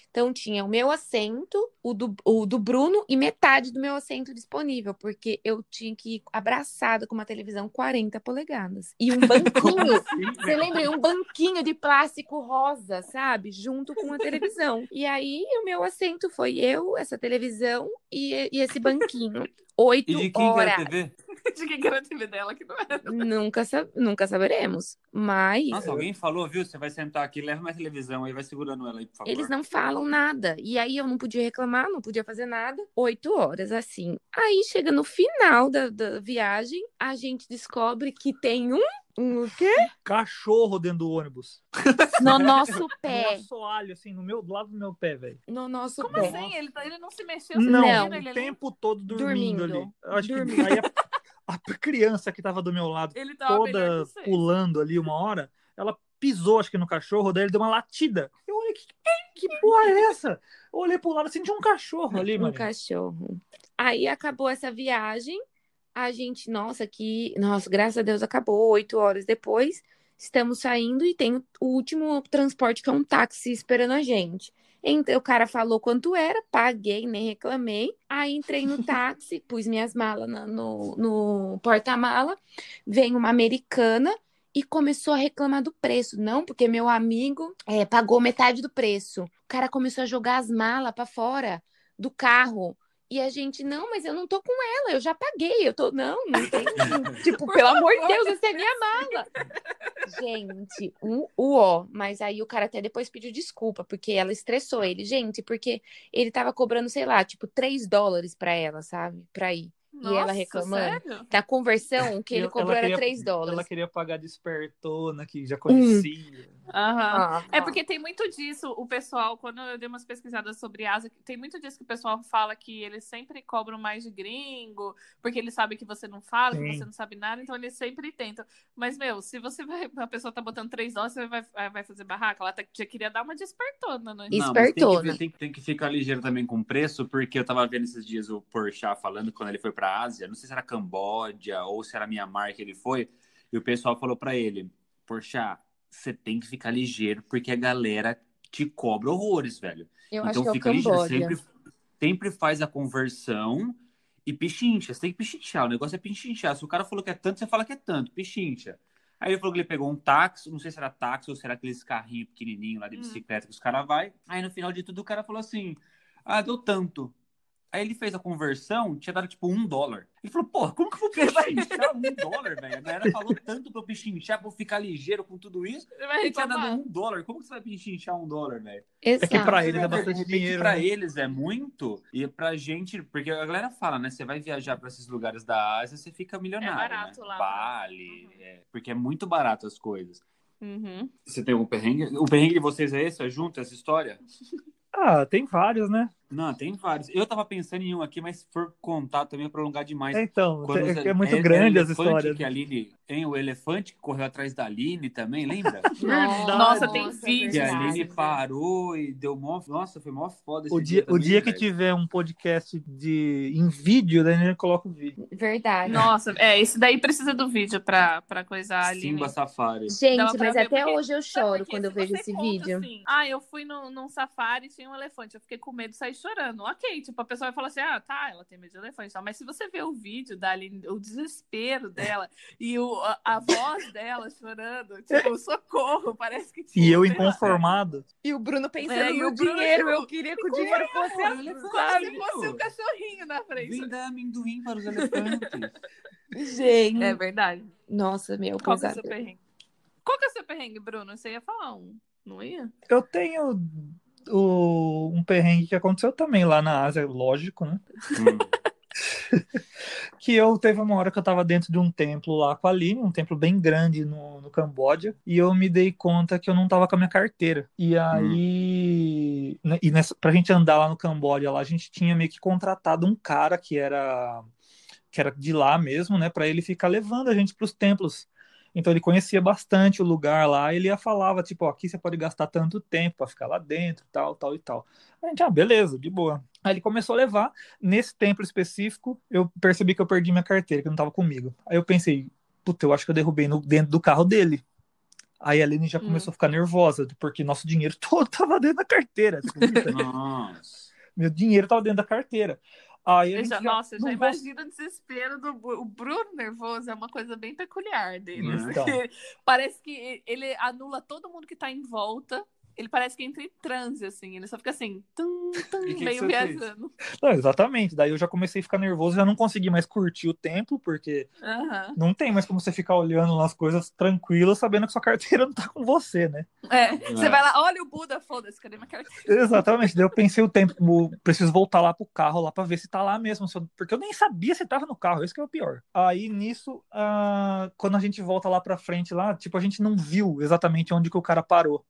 E: Então tinha o meu assento, o do, o do Bruno e metade do meu assento disponível, porque eu tinha que ir abraçada com uma televisão 40 polegadas e
B: [laughs]
E: um banquinho
B: assim,
E: você lembra? Um banquinho de plástico rosa, sabe? Junto com a televisão. E aí, o meu assento foi eu, essa televisão e, e esse banquinho. Oito
B: E de quem que
E: horas.
B: era a TV?
A: De quem que era a TV dela que não era.
E: Nunca, sa- nunca saberemos. Mas
B: Nossa, alguém falou, viu? Você vai sentar aqui, leva mais televisão aí, vai segurando ela aí, por favor.
E: eles não falam nada. E aí, eu não podia reclamar, não podia fazer nada. Oito horas, assim. Aí, chega no final da, da viagem, a gente descobre que tem um... Um quê?
C: Cachorro dentro do ônibus.
E: [laughs] No nosso
C: Um
E: pé.
C: assoalho, assim, no meu, do lado do meu pé, velho.
E: No nosso
A: Como
E: pé.
A: assim? Ele, tá- ele não se mexeu, vocês
C: Não,
A: viram
C: o
A: ele ali?
C: tempo todo dormindo,
E: Dormindo.
C: ali. Eu acho que
E: Dormindo.
C: aí a, a criança que tava do meu lado,
A: Ele tava melhor
C: toda
A: que vocês.
C: pulando ali uma hora, ela pisou, acho que no cachorro, daí ele deu uma latida. Eu olhei, que, que porra é essa? Eu olhei pro lado, senti um cachorro ali,
E: um
C: mano.
E: cachorro. Aí acabou essa viagem. A gente, nossa, que. Nossa, graças a Deus acabou. Oito horas depois, estamos saindo e tem o último transporte, que é um táxi, esperando a gente. Então, o cara falou quanto era, paguei, nem reclamei. Aí entrei no táxi, pus minhas malas na- no, no porta-mala. Vem uma americana e começou a reclamar do preço. Não, porque meu amigo eh, pagou metade do preço. O cara começou a jogar as malas pra fora do carro. E a gente, não, mas eu não tô com ela, eu já paguei, eu tô, não, não
C: [laughs]
E: tem. tipo, pelo amor de Deus, essa é minha
A: [laughs]
E: mala. Gente, um uó. Mas aí o cara até depois pediu desculpa, porque ela estressou ele, gente, porque ele tava cobrando, sei lá, tipo, 3 dólares pra ela, sabe? Pra ir.
A: Nossa,
E: ela reclamando.
A: sério?
E: Da conversão, o que ele
C: Ela
E: cobrou era
C: queria-
E: 3
C: Ela
E: dólares. Hum.
C: queria pagar despertona, que já conhecia.
A: Aham.
E: Ah,
A: É
E: ah.
A: porque tem muito disso, o pessoal, quando eu dei umas pesquisadas sobre asa, tem muito disso que o pessoal fala que eles sempre cobram mais de gringo, porque eles sabem que você não fala, que
C: Sim.
A: você não sabe nada, então eles sempre tentam. Mas, meu, se você vai, [laughs] a pessoa tá botando três dólares, você vai, vai- vai fazer barraca, ela tá- já queria dar uma despertona, né?
E: E-
B: Não, mas tem que,
E: Espertona.
B: ver- tem, tem que ficar ligeiro também com o preço, porque eu tava vendo esses dias o Porchat falando quando ele foi pra Ásia, não sei se era Camboja ou se era Mianmar que ele foi, e o pessoal falou pra ele, Porchat, você tem que ficar ligeiro, porque a galera te cobra horrores, velho.
E: Eu
B: então
E: acho que
B: fica
E: é o
B: ligeiro,
E: Camboja.
B: sempre, sempre faz a conversão e pichincha, você tem que pichinchar, o negócio é pichinchar, se o cara falou que é tanto, você fala que é tanto, pichincha. Aí ele falou que ele pegou um táxi, não sei se era táxi ou se era aqueles carrinhos pequenininho lá de
A: Hum.
B: bicicleta que os caras vai. Aí no final de tudo o cara falou assim, ah, deu tanto. Aí ele fez a conversão, tinha dado tipo um dólar. Ele falou, pô, como
E: [laughs]
B: que eu vou pichinchar um dólar, velho? A galera falou tanto pra eu pichinchar, pra eu ficar ligeiro com tudo isso.
A: Vai
B: Ele tinha
E: tá
A: reclamar.
B: dado um dólar, como que você vai pichinchar um dólar, velho?
C: É que
E: Exato.
C: pra eles é bastante
B: De repente,
C: dinheiro.
B: Pra
C: né?
B: eles é muito, e pra gente, porque a galera fala, né? Você vai viajar pra esses lugares da Ásia, você fica milionário.
A: É barato
B: né?
A: lá.
B: Bali,
A: Uhum.
B: é, porque é muito barato as coisas.
A: Uhum.
B: Você tem algum perrengue? O perrengue de vocês é esse? É junto essa história?
C: Ah, tem vários, né?
B: Não, tem vários. Eu tava pensando em um aqui, mas se for contar também é prolongar demais.
C: É, então,
B: Quando
C: é,
B: você-
C: que é muito
B: era
C: grande
B: o
C: as
B: elefante
C: histórias. né?
B: Que a Aline, hein, o elefante que correu atrás da Aline também,
A: [laughs]
B: lembra?
C: Verdade.
A: Nossa, tem
E: Nossa,
A: vídeo. né,
B: que
E: é
B: a
E: verdade.
B: Aline parou e deu mó. Nossa, foi mó foda esse
C: O dia, o
B: também,
C: dia que
B: velho.
C: tiver um podcast de, em vídeo, daí a gente coloca o vídeo.
E: Verdade.
A: Nossa, é, esse daí precisa do vídeo pra, pra coisar ali. né?
B: Simba Safari.
A: Dava
E: Gente,
A: pra
E: mas
A: ver,
E: até
A: porque-
E: hoje eu
A: Não,
E: choro
A: porque
E: quando
A: se
E: eu vejo
A: você
E: esse
A: conta
E: vídeo.
A: assim, ah, eu fui num, num safari e tinha um elefante. Eu fiquei com medo de sair chorando. Ok, tipo, a pessoa vai falar assim, ah, tá, ela tem medo de elefante. e tal. Mas se você vê o vídeo da Aline, o desespero dela e o, a, a voz dela chorando, tipo, socorro, parece que tinha. um
C: E eu
A: sei lá.
C: inconformado.
E: E o Bruno pensando
A: É, e
E: no
A: o Bruno,
E: dinheiro,
A: tipo,
E: eu queria que o dinheiro fosse
B: Olha,
E: assim,
A: Como
E: sabe?
A: se fosse um cachorrinho na frente.
B: Venda amendoim para os elefantes.
E: Gente.
A: É verdade.
E: Nossa, meu,
A: Qual que é o seu
E: pesado.
A: perrengue? Qual que é o seu perrengue, Bruno? Você ia falar um, não ia?
C: Eu tenho o, um perrengue que aconteceu também lá na Ásia, lógico, né?
B: [laughs] Hum.
C: que eu teve uma hora que eu tava dentro de um templo lá com a Aline, um templo bem grande no, no Camboja, e eu me dei conta que eu não tava com a minha carteira. E aí, né, e nessa, pra gente andar lá no Camboja, lá a gente tinha meio que contratado um cara que era que era de lá mesmo, né, para ele ficar levando a gente pros templos. Então ele conhecia bastante o lugar lá, ele ia falava tipo, ó, aqui você pode gastar tanto tempo para ficar lá dentro, tal, tal e tal. A gente, ah, beleza, de boa. Aí ele começou a levar. Nesse templo específico, eu percebi que eu perdi minha carteira, que não tava comigo. Aí eu pensei, puta, eu acho que eu derrubei no, dentro do carro dele. Aí a Aline já
E: Hum.
C: começou a ficar nervosa, porque nosso dinheiro [laughs] todo tava dentro da carteira. você
B: [laughs]
C: acredita?
B: Nossa.
C: Meu dinheiro tava dentro da carteira. Aí
A: Eu
C: a gente
A: já,
C: já-
A: nossa, eu já
C: não vou-
A: imagino o desespero do Bru- o Bruno nervoso. É uma coisa bem peculiar dele.
B: Né?
A: assim. [laughs]
C: Então.
A: parece que ele anula todo mundo que tá em volta. Ele parece que entra em transe, assim. Ele só fica assim, tum, tum,
B: E que que
A: meio
B: você fez?
A: viajando.
C: Não, exatamente. Daí eu já comecei a ficar nervoso, já não consegui mais curtir o templo, porque
A: Aham.
C: não tem mais como você ficar olhando lá as coisas tranquilas, sabendo que sua carteira [laughs] não tá com você, né?
A: É,
B: É.
A: Você vai lá, olha o Buda, foda-se, cadê minha carteira?
C: Exatamente. Daí eu pensei o tempo, o- preciso voltar lá pro carro lá pra ver se tá lá mesmo, se eu- porque eu nem sabia se tava no carro, isso que é o pior. Aí nisso, ah, quando a gente volta lá pra frente lá, tipo, a gente não viu exatamente onde que o cara parou.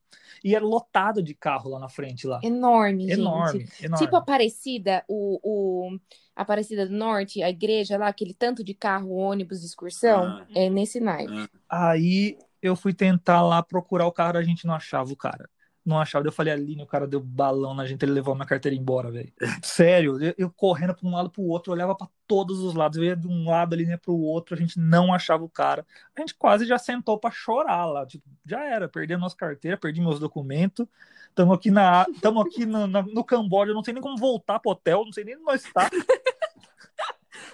C: E era lotado de carro lá na frente lá.
E: Enorme, gente.
C: Enorme, enorme.
E: Tipo Aparecida, o, o Aparecida do Norte, a igreja lá, aquele tanto de carro, ônibus,
C: Então,
E: excursão,
B: Ah.
E: é nesse naipe.
B: Ah.
C: Aí eu fui tentar lá procurar o cara, a gente não achava o cara. Não achava. Daí Eu falei, Aline, o cara deu balão na gente, ele levou minha carteira embora, velho. Sério, eu, eu correndo pra um lado pro outro, eu olhava pra todos os lados, eu ia de um lado ali, né, pro outro, a gente não achava o cara. A gente quase já sentou pra chorar lá. Tipo, já era, perdi a nossa carteira, perdi meus documentos. Tamo aqui, na, tamo aqui no, na- no Camboja, eu não sei nem como voltar pro hotel, não sei nem onde nós tá.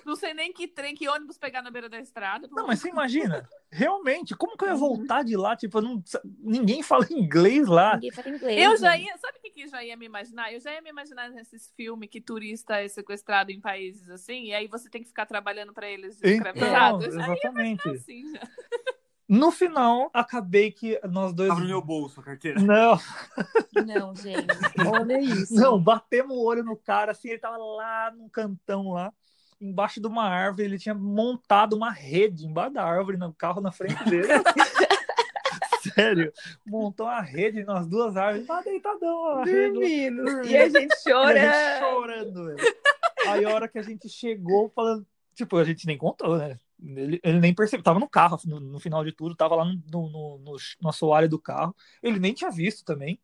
A: Não sei nem que trem, que ônibus pegar na beira da estrada.
C: Não, mas você imagina, realmente, como que eu ia voltar de lá? Tipo, eu não, ninguém fala [laughs] inglês lá.
E: Ninguém fala inglês.
A: Eu já
E: né?
A: ia. Sabe o que, que já ia me imaginar? Eu já ia me imaginar nesses filmes que turista é sequestrado em países assim, e aí você tem que ficar trabalhando pra eles de
B: é.
C: Então,
A: escravizado. Eu já ia
C: exatamente.
A: assim, já.
C: No final, acabei que nós dois.
B: Tava no meu bolso a carteira. [laughs]
C: Não,
E: Não, gente. Olha isso.
C: não, batemos o olho no cara, assim, ele tava lá num cantão lá, embaixo de uma árvore, ele tinha montado uma rede embaixo da árvore, no carro na frente
B: [laughs]
C: dele. Sério, montou uma rede nas duas árvores, tava deitadão lá, a rede lá.
E: Dormindo. E a
C: [laughs]
E: gente
C: E
E: chora.
C: a gente chorando, velho. Aí a hora que a gente chegou falando. Tipo, a gente nem contou, né? Ele, ele nem percebeu. Tava no carro, no, no final de tudo, tava lá no, no, no, no, no assoalho do carro. Ele nem tinha visto também.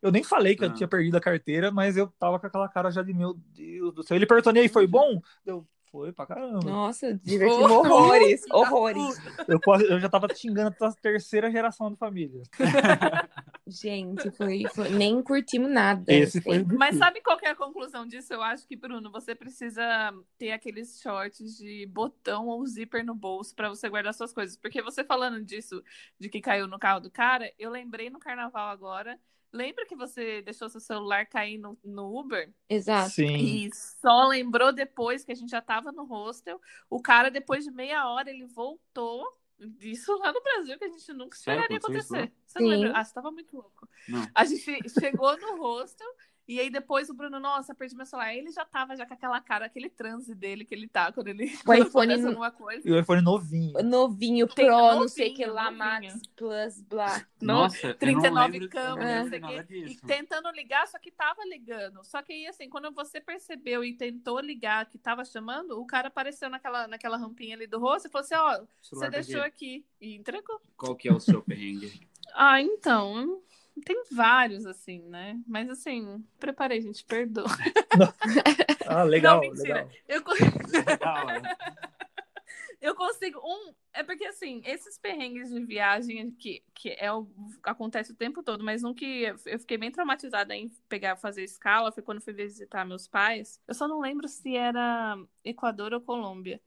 C: Eu nem falei que
B: Ah.
C: eu tinha perdido a carteira, mas eu tava com aquela cara já de meu Deus do céu. Ele perguntou, e aí, foi bom? Eu, foi pra caramba.
E: Nossa, divertido.
A: Horror.
E: Horrores, horrores.
C: Eu, quase- eu já tava te xingando a terceira geração da família.
E: Gente, foi, foi- nem curtimos nada.
C: Esse foi o
A: Mas
C: difícil.
A: sabe qual que é a conclusão disso? Eu acho que, Bruno, você precisa ter aqueles shorts de botão ou zíper no bolso pra você guardar suas coisas. Porque você falando disso, de que caiu no carro do cara, eu lembrei no carnaval agora. Lembra que você deixou seu celular cair no, no Uber?
E: Exato.
C: Sim.
A: E só lembrou depois que a gente já tava no hostel. O cara, depois de meia hora, ele voltou. Isso lá no Brasil, que a gente nunca
B: Sério,
A: esperaria
B: aconteceu isso lá?
A: acontecer. Você não
E: Sim.
A: lembra? Ah, você tava muito louco.
B: Não.
A: A gente chegou no hostel e aí depois o Bruno, nossa, perdi meu celular. Aí Ele já tava já com aquela cara, aquele transe dele que ele tá quando ele [laughs]
E: O
A: quando
E: iPhone
A: acontece
E: não-
A: alguma coisa.
C: E o iPhone novinho.
E: Novinho,
A: Tem-
E: Pro, não
A: novinho,
E: sei o que lá,
A: novinho.
E: Max, Plus, blá.
A: Não,
B: Nossa, eu não
A: 39
B: lembro- eu
A: câmeras,
B: não
A: não sei
B: lembro
A: o
B: nada
A: quê. E
B: disso.
A: tentando ligar, só que tava ligando. Só que aí, assim, quando você percebeu e tentou ligar que tava chamando, o cara apareceu naquela, naquela rampinha ali do rosto e falou assim: ó, você
B: Celular
A: deixou
B: perdido.
A: aqui. E entregou.
B: Qual que é o seu perrengue?
A: Ah, então. Tem vários, assim, né? Mas assim, preparei, gente, perdoa. [laughs]
C: Ah, legal,
A: Não, mentira.
C: legal. é.
A: Eu, co-
B: Da hora.
A: Eu consigo. Um. É porque assim, esses perrengues de viagem que, que é o, acontece o tempo todo, mas um que eu- eu fiquei bem traumatizada em pegar, fazer escala, foi quando eu fui visitar meus pais. Eu só não lembro se era Equador ou Colômbia.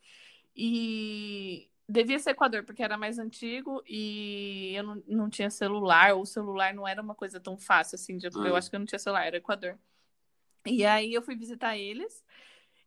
A: E devia ser Equador, porque era mais antigo e eu não, não tinha celular, ou o celular não era uma coisa tão fácil assim. de-
B: Ah.
A: Eu acho que eu não tinha celular, era Equador. E aí eu fui visitar eles.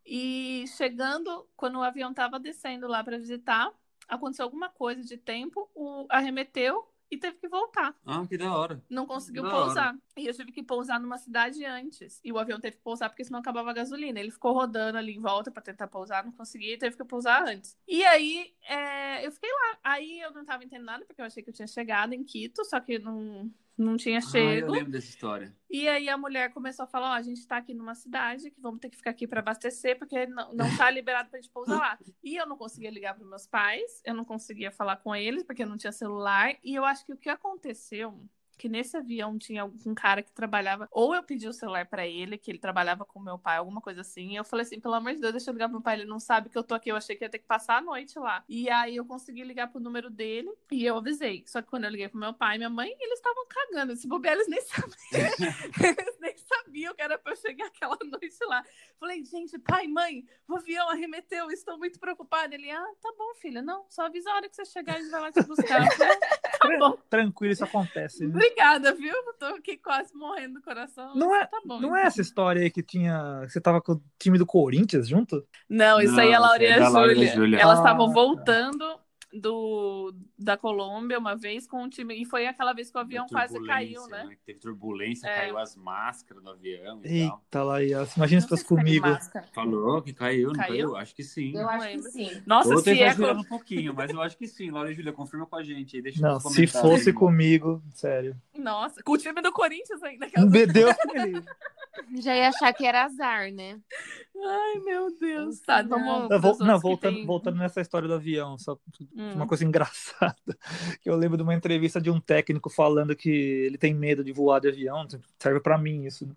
A: E chegando, quando o avião tava descendo lá para visitar, aconteceu alguma coisa de tempo, o arremeteu e teve que voltar.
B: Ah, que da hora.
A: Não conseguiu
B: Da
A: pousar. E eu tive que pousar numa cidade antes. E o avião teve que pousar porque senão acabava a gasolina. Ele ficou rodando ali em volta pra tentar pousar, não conseguia e teve que pousar antes. E aí é, eu fiquei lá. Aí eu não tava entendendo nada porque eu achei que eu tinha chegado em Quito, só que não, não tinha
B: Ah, eu
A: chego.
B: lembro
A: [laughs]
B: dessa história.
A: E aí a mulher começou a falar, ó, a gente tá aqui numa cidade que vamos ter que ficar aqui pra abastecer, porque não, não tá liberado pra gente pousar lá. E eu não conseguia ligar pros meus pais, eu não conseguia falar com eles, porque eu não tinha celular. E eu acho que o que aconteceu, que nesse avião tinha algum cara que trabalhava, ou eu pedi o celular pra ele, que ele trabalhava com meu pai, alguma coisa assim. E eu falei assim, pelo amor de Deus, deixa eu ligar pro meu pai, ele não sabe que eu tô aqui, eu achei que ia ter que passar a noite lá. E aí eu consegui ligar pro número dele e eu avisei. Só que quando eu liguei pro meu pai e minha mãe, eles estavam cagando. Se bobear, eles nem [laughs] eles nem sabiam que era pra eu chegar aquela [laughs] noite lá. Falei, gente, pai, mãe, o avião arremeteu, estou muito preocupada. Ele, ah, tá bom, filha, não, só avisa a hora que você chegar, a gente vai lá te buscar. Eu falei, tá bom,
C: Tranquilo, isso acontece. né?
A: obrigada, viu? Tô aqui quase morrendo do coração.
C: Não
A: mas
C: é-
A: tá bom.
C: Não é essa história aí que tinha. que Você tava com o time do Corinthians junto?
A: Não, isso
B: Não,
A: aí é a
B: isso
A: Laura
B: aí é da Laura e da
A: e a
B: Júlia.
A: Júlia. Elas
C: Ah,
A: estavam
C: tá.
A: voltando do, da Colômbia uma vez com o time, e foi aquela vez que o avião
B: Da
A: quase caiu,
B: turbulência,
A: né?
B: Teve turbulência,
A: É.
B: caiu as máscaras do avião e tal.
C: Eita, Laias. Imagina se
A: Não sei
C: fosse
A: se caiu
C: comigo.
A: máscara.
B: Falou que caiu, não
A: Caiu?
B: caiu? Acho que sim.
F: Eu acho que
A: lembro.
F: sim.
A: Nossa,
B: Ou
A: se
B: teve
A: é
B: exagerando um pouquinho, mas eu acho que sim. Laura e Júlia, confirma com a gente aí. Deixa
C: Não,
B: nos
C: se
B: comentários
C: fosse
B: aí.
C: comigo, sério.
A: Nossa, com o time do Corinthians ainda. aquelas-
C: Meu Deus, me livre.
E: Já ia achar que era azar, né?
A: Ai, meu Deus. Tá,
E: Não.
A: vamos.
C: Eu vou-
A: pros outros
C: não,
A: que
C: voltando,
A: tem-
C: voltando nessa história do avião, só
A: Hum.
C: uma coisa [laughs] engraçada. Que eu lembro de uma entrevista de um técnico falando que ele tem medo de voar de avião. Serve pra mim isso. né?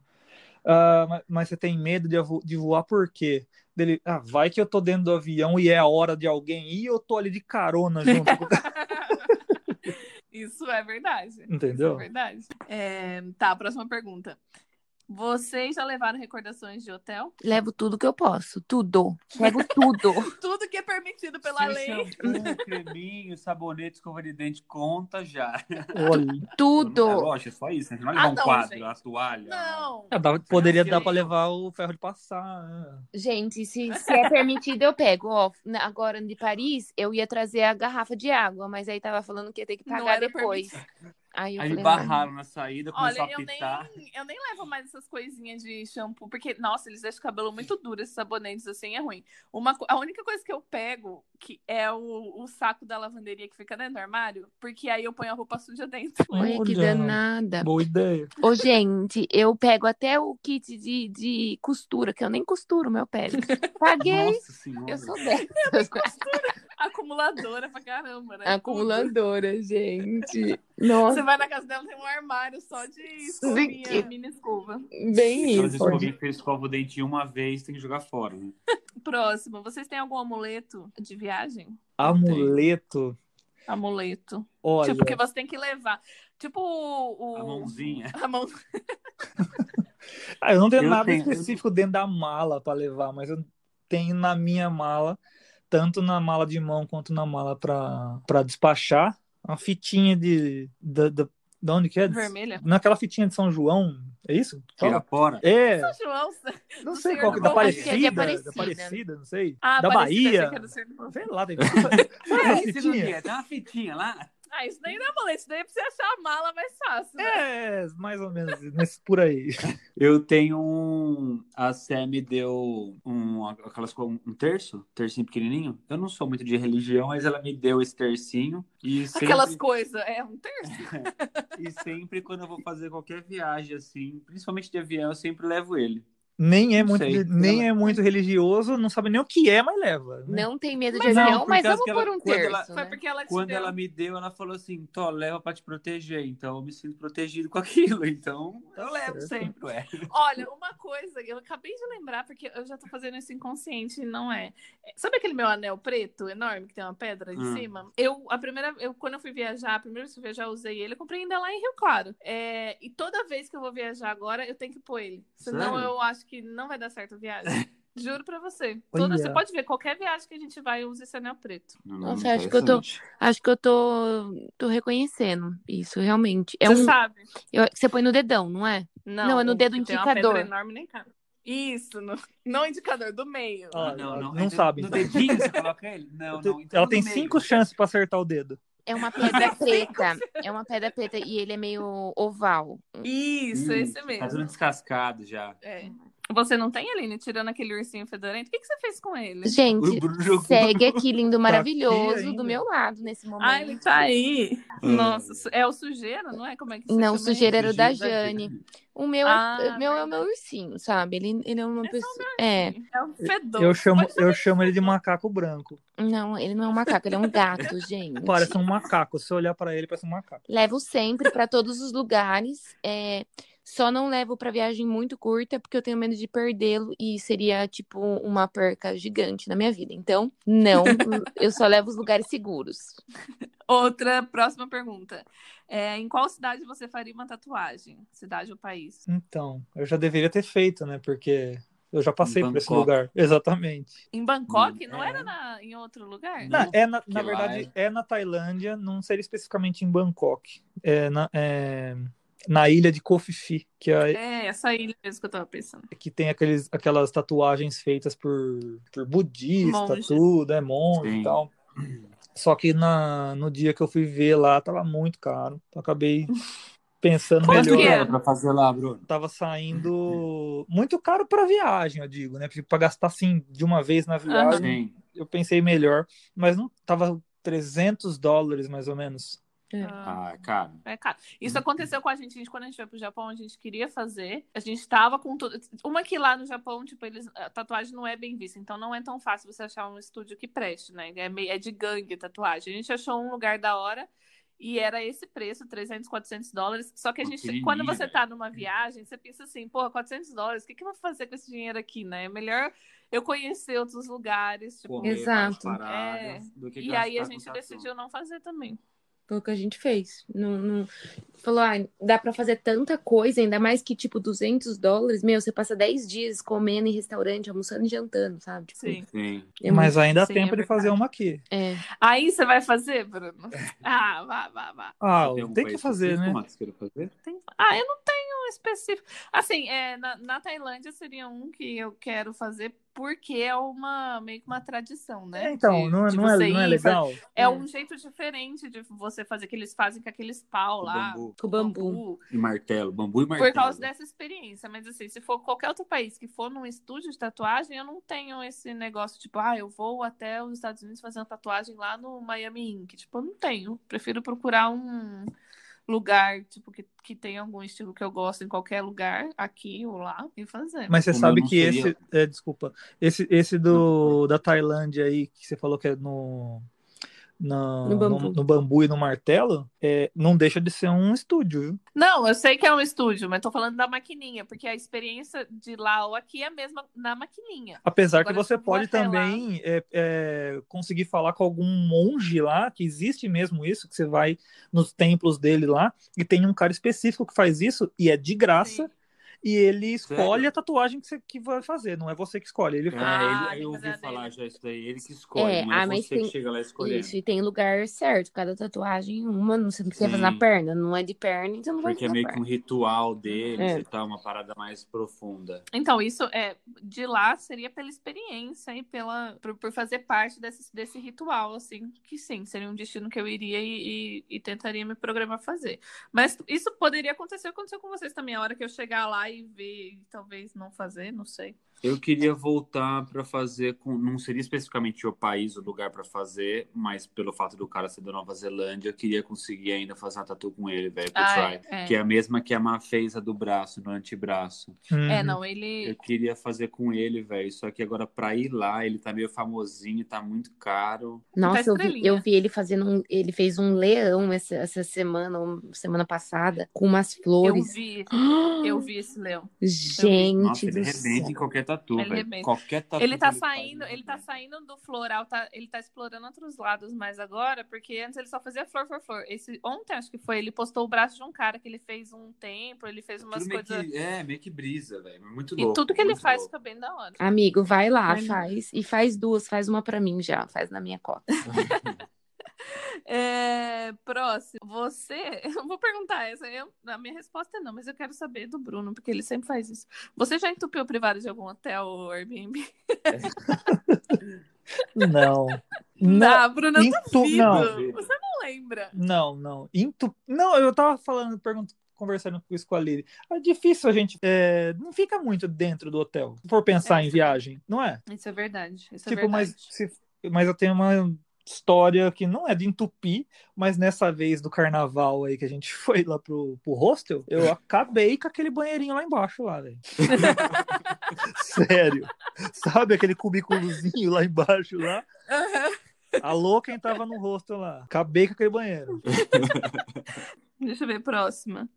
C: Ah, mas, mas você tem medo de, avo- de voar por quê? Dele, ah, vai que eu tô dentro do avião e é a hora de alguém ir, eu tô ali de carona junto.
A: Isso é verdade.
C: Entendeu?
A: Isso é verdade. É, tá, próxima pergunta. Vocês já levaram recordações de hotel?
E: Levo tudo que eu posso, tudo.
A: [laughs]
E: Levo tudo.
A: Tudo que é permitido pela
B: Se
A: lei.
B: shampoo, creminho, sabonete, escova de dente, conta já.
C: Olha,
B: É
E: Tudo.
B: lógico, é só isso. Né? Você não
A: Ah,
B: vai levar
A: não,
B: um quadro,
A: gente.
B: a toalha.
A: Não.
C: é, dá- [laughs] poderia
A: Sim.
C: dar pra levar o ferro de passar. né?
E: Gente, se, se é permitido, eu pego. Ó, na- agora de Paris, eu ia trazer a garrafa de água, mas aí tava falando que ia ter que
A: Não
E: pagar
A: era
E: depois. Aí eu
B: Aí me
E: falei, ah,
B: barraram na saída, começou
A: Olha,
B: a
A: eu nem,
B: pitar.
A: eu nem levo mais essas coisinhas de shampoo, porque, nossa, eles deixam o cabelo muito duro, esses sabonetes assim é ruim. Uma, co- a única coisa que eu pego que é o, o saco da lavanderia que fica dentro do armário, porque aí eu ponho a roupa suja dentro.
E: olha que
C: Olha.
E: danada.
C: Boa ideia.
E: Ô, gente, eu pego até o kit de, de costura, que eu nem costuro, meu pé. Paguei,
B: Nossa senhora.
E: eu sou dessa.
A: [laughs]
B: é
A: Acumuladora pra caramba, né?
E: Acumuladora, gente.
A: Tudo. Você
E: Nossa,
A: vai na casa dela, tem um armário só de escovinha,
E: Vicky.
A: mini escova.
E: bem
B: Aquelas
E: isso.
B: escovinhas que eu escovo o dentinho uma vez, tem que jogar fora. Né?
A: Próximo, vocês têm algum amuleto de viagem?
C: Amuleto.
A: Amuleto.
C: Olha,
A: Tipo, que você tem que levar. Tipo o... o-
B: A mãozinha.
A: A mão...
C: ah, eu não tenho
B: Eu
C: nada
B: tenho.
C: específico dentro da mala pra levar, mas eu tenho na minha mala, tanto na mala de mão quanto na mala pra pra despachar, uma fitinha de. Da, da, da onde que [laughs] é?
A: vermelha.
C: Naquela fitinha de São João, é isso? Fala.
B: Pirapora.
C: É,
A: São João,
C: não
A: do
C: sei
A: Senhor
C: qual
A: do
C: que da
A: Bom, acho que
C: Aparecida,
E: é de
C: da
E: Aparecida.
C: Aparecida, não sei.
A: Ah,
C: da
A: parecia, achei
C: Bahia.
A: que era do Senhor do-
C: Sei
B: [laughs]
C: lá, tem Sabe aquela
B: Esse do
C: fitinha?
B: quê? Dá uma fitinha lá.
A: Ah, isso daí não é amuleto, isso daí é pra você achar a mala mais fácil. né?
C: É, mais ou menos nesse, por aí.
B: Eu tenho um. A Sé me deu um, aquelas, co- um terço, tercinho pequenininho. Eu não sou muito de religião, mas ela me deu esse tercinho. E sempre,
A: Aquelas coisas, é um terço.
B: e sempre quando eu vou fazer qualquer viagem, assim, principalmente de avião, eu sempre levo ele.
C: Nem é
B: Não
C: muito,
B: sei.
C: nem é muito religioso, não sabe nem o que é, mas leva. né?
E: Não tem medo de
B: Mas não,
E: avião,
B: por
E: mas
B: causa
E: vamos
B: que ela-
E: por um
B: quando
E: terço.
B: ela-
A: Foi
E: né?
A: porque ela te
B: Quando
A: deu.
B: ela me deu, ela falou assim: Tô, leva pra te proteger. Então eu me sinto protegido com [laughs] aquilo. Então eu levo
C: certo.
B: sempre, ué.
A: Olha, uma coisa, eu acabei de lembrar, porque eu já tô fazendo isso inconsciente, não é. É, Sabe aquele meu anel preto enorme que tem uma pedra em
B: Hum.
A: cima? Eu, a primeira, eu, quando eu fui viajar, a primeira vez que eu viajar, eu usei ele, eu comprei ainda lá em Rio Claro. É, e toda vez que eu vou viajar agora, eu tenho que pôr ele. Senão
B: Sério?
A: eu acho que não vai dar certo a viagem.
B: [laughs]
A: Juro pra você. Toda,
C: Olha.
A: você pode ver, qualquer viagem que a gente vai, eu uso esse anel preto.
E: Nossa, acho que eu tô- Acho que eu tô, tô reconhecendo isso, realmente. É
A: você
E: um,
A: sabe?
E: eu- você põe no dedão, não é? Não, é no
A: o
E: dedo
A: que tem uma
E: indicador.
A: pedra enorme nem cara. Isso, no, [laughs] não indicador, do meio.
C: Ah,
B: não, não,
C: não sabe,
B: No
C: então.
A: [laughs]
B: dedinho você coloca ele? Não,
C: Te-
B: não. então
C: Ela
B: no
C: tem
B: meio.
C: cinco chances pra acertar o dedo.
F: É uma pedra preta. É uma pedra preta e ele é meio oval.
A: Isso,
B: Hum,
A: esse
B: Tá
A: mesmo.
B: tudo descascado já.
A: É. Você não tem, Aline, tirando aquele ursinho fedorento? O que, que você fez com
B: é
A: ele?
F: Gente,
B: O Bruno jogou.
F: segue aqui,
B: [laughs] Tá
F: lindo, maravilhoso,
C: ainda.
F: do meu lado nesse momento.
A: Ah, ele tá aí.
B: Hum.
A: Nossa, su- é o sujeira, não é? Como é que você
F: Não,
A: chama
F: sujeira era o da
B: Sujeira da
F: Jane. O meu,
A: Ah,
F: é, o meu é o meu ursinho, sabe? Ele, ele é uma pessoa.
A: ele?
F: É.
A: É um
B: Então,
A: fedor.
C: Eu chamo,
A: Pode ser
C: eu chamo ele de macaco branco.
F: Não, ele não é um macaco, ele é um
A: [laughs]
F: gato, gente.
C: Parece um macaco. Se eu olhar pra ele, parece um macaco.
F: Levo sempre pra todos os lugares. é, Só não levo pra viagem muito curta, porque eu tenho medo de perdê-lo e seria, tipo, uma perca gigante na minha vida. Então, não, eu só levo os lugares seguros.
A: Outra próxima pergunta. É, em qual cidade você faria uma tatuagem? Cidade ou país?
C: Então, eu já deveria ter feito, né? Porque eu já passei por esse
B: Bangkok.
C: lugar. [laughs] Exatamente.
A: Em Bangkok?
B: Hum,
A: não
B: é.
A: era na- em outro lugar?
C: Na, é na, na
B: lá
C: verdade, é... na Tailândia, não seria especificamente em Bangkok. É na, é na ilha de Koh Phi Phi, que, é,
A: É, essa ilha mesmo que eu tava pensando.
C: que tem aqueles, aquelas tatuagens feitas por, por budista,
A: Monges.
C: tudo, é monge
B: Sim.
C: e tal. Só que na, no dia que eu fui ver lá, tava muito caro. Então, eu
A: [laughs]
C: acabei pensando
A: Quanto
B: Quanto
C: melhor.
A: que
B: que
A: é?
B: era pra fazer lá, Bruno?
C: Tava saindo muito caro pra viagem, eu digo, né? Porque Pra gastar assim de uma vez na viagem,
B: Sim.
C: eu pensei melhor, mas não tava 300 dólares mais ou menos.
A: Ah,
B: Ah, cara.
A: É caro. Isso
B: Uhum.
A: aconteceu com a gente, a gente, quando a gente foi pro Japão, a gente queria fazer. A gente tava com tudo. Uma que lá no Japão, tipo, eles. A tatuagem não é bem vista, então não é tão fácil você achar um estúdio que preste, né? É, meio, é de gangue tatuagem. A gente achou um lugar da hora e era esse preço, 300, 400 dólares. Só que a gente,
B: Entendi.
A: quando você tá
B: né?
A: numa viagem, você pensa assim, porra, 400 dólares, o que, que eu vou fazer com esse dinheiro aqui, né? É melhor eu conhecer outros lugares, tipo. É.
B: Comer
E: Exato.
B: mais paradas do que
A: E aí a
B: gastar com
A: gente
B: tatu.
A: decidiu não fazer também.
E: Foi o que a gente fez. Não, não- Falou, ah, dá pra fazer tanta coisa, ainda mais que, tipo, 200 dólares. Meu, você passa 10 dias comendo em restaurante, almoçando e jantando, sabe? Tipo,
A: Sim.
B: Sim.
E: é
C: mas ainda há
A: sim, é
C: tempo de fazer
A: verdade.
C: uma aqui.
E: muito- é.
A: Aí você vai fazer, Bruno? [laughs] Ah, vá, vá, vá.
C: Ah,
B: Você algum
C: tem que
B: país
C: fazer,
B: específico,
C: né?
B: Max, queira fazer?
A: Tem- Ah, eu não tenho um específico. Assim, é, na, na Tailândia seria um que eu quero fazer porque é uma meio que uma tradição, né?
C: É, então,
A: De-
C: não,
A: de
C: não é,
A: você
C: não é
A: ir,
C: legal?
A: É um jeito diferente de você fazer que eles fazem com aqueles pau lá,
B: Bambu
E: Com bambu.
B: e martelo. Bambu e martelo.
A: Por causa dessa experiência, mas assim, se for qualquer outro país que for num estúdio de tatuagem, eu não tenho esse negócio tipo, ah, eu vou até os Estados Unidos fazer uma tatuagem lá no Miami Ink. Tipo, eu não tenho. Prefiro procurar um lugar, tipo, que, que tenha algum estilo que eu gosto em qualquer lugar, aqui ou lá, e fazer.
C: Mas você
B: Como eu
C: sabe
B: não
C: que
B: seria-
C: esse, é, desculpa, esse, esse do da Tailândia aí que você falou que é no na-
E: No bambu.
C: no bambu e no martelo, é, não deixa de ser um estúdio, viu?
A: Não, eu sei que é um estúdio, mas tô falando da maquininha, porque a experiência de lá ou aqui é a mesma na maquininha.
C: Apesar
A: Agora,
C: que você
A: se for
C: pode
A: até lá-
C: também é, é, conseguir falar com algum monge lá, que existe mesmo isso, que você vai nos templos dele lá, e tem um cara específico que faz isso, e é de graça,
A: Sim.
C: e
B: Sério?
C: ele escolhe a tatuagem que você que vai fazer, não é você que escolhe, ele faz.
A: Ah,
B: É, ele,
A: tem que
B: eu
A: fazer a
B: ouvi falar
A: dele.
B: já isso daí. Ele que escolhe,
F: É,
B: não é
F: ah, mas
B: você
F: tem-
B: que chega lá escolhendo.
F: Isso, e tem lugar certo. Cada tatuagem, é uma, não sei o que você vai fazer
B: Sim.
F: na perna. Não é de perna, então não vai
B: Porque é
F: fazer na
B: meio que um
F: perna.
B: ritual deles
F: É.
B: e tal, uma parada mais profunda.
A: Então, isso é de lá seria pela experiência e pela por, por fazer parte desse, desse ritual, assim, que sim, seria um destino que eu iria e, e- e tentaria me programar fazer. Mas isso poderia acontecer, aconteceu com vocês também, a hora que eu chegar lá e ver, e talvez não fazer, não sei.
B: Eu queria voltar pra fazer com. Não seria especificamente o país, o lugar pra fazer, mas pelo fato do cara ser da Nova Zelândia, eu queria conseguir ainda fazer uma tatu com ele, velho, pro
A: Ah,
B: Try.
A: é,
B: Que é a mesma que a Má fez a do braço, no antebraço.
C: Hum,
A: É, não, ele.
B: Eu queria fazer com ele, velho. Só que agora pra ir lá, ele tá meio famosinho, tá muito caro.
F: Nossa, eu vi,
A: estrelinha.
F: eu vi ele fazendo um. Ele fez um leão essa, essa semana, ou semana passada, com umas
A: Eu
F: flores.
A: vi,
B: [gasps]
A: eu vi esse leão.
F: Gente
B: Nossa, ele
F: do
B: arrebenta em
F: céu.
B: qualquer tatu,
A: Ele
B: velho.
A: arrebenta.
B: Qualquer tatu.
A: Ele tá
B: que faz, né,
A: saindo, ele tá
B: arrebenta.
A: saindo do floral, tá- ele tá explorando outros lados mais agora, porque antes ele só fazia flor, flor, flor. Esse, ontem, acho que foi, ele postou o braço de um cara que ele fez um templo, ele fez umas
B: Tudo meio
A: coisas.
B: que- é, meio que brisa, velho. Muito
A: E
B: louco.
A: tudo que ele
B: muito
A: faz
F: [laughs]
B: louco.
A: fica bem da hora.
F: Amigo, vai lá,
A: Vai lá.
F: faz. E faz duas, faz uma pra mim já, faz na minha cota.
A: É, próximo. Você. [laughs] Eu vou perguntar essa. Eu, a minha resposta é não, mas eu quero saber do Bruno, porque ele sempre faz isso. Você já entupiu o privado de algum hotel ou Airbnb?
C: não.
A: Não, Bruno, eu
C: Uhum.
A: [laughs]
C: Intu-
A: Ah, duvido.
C: não.
A: Você não lembra.
C: Não, não. Intu... Não, eu tava falando, perguntando, conversando com isso com a Lili. É difícil a gente. é, não fica muito dentro do hotel, se for pensar
A: É.
C: em viagem, não é?
A: Isso é verdade. Isso é
C: tipo,
A: verdade.
C: mas, se- mas eu tenho uma história que não é de entupir, mas nessa vez do carnaval aí que a gente [laughs] foi lá pro, pro hostel, eu acabei com aquele banheirinho lá embaixo
A: [laughs]
C: lá, velho. Sério. Sabe aquele cubiculozinho lá embaixo lá?
A: Aham.
C: Alô, quem tava no hostel lá. Acabei com aquele banheiro.
A: Deixa eu ver, próxima.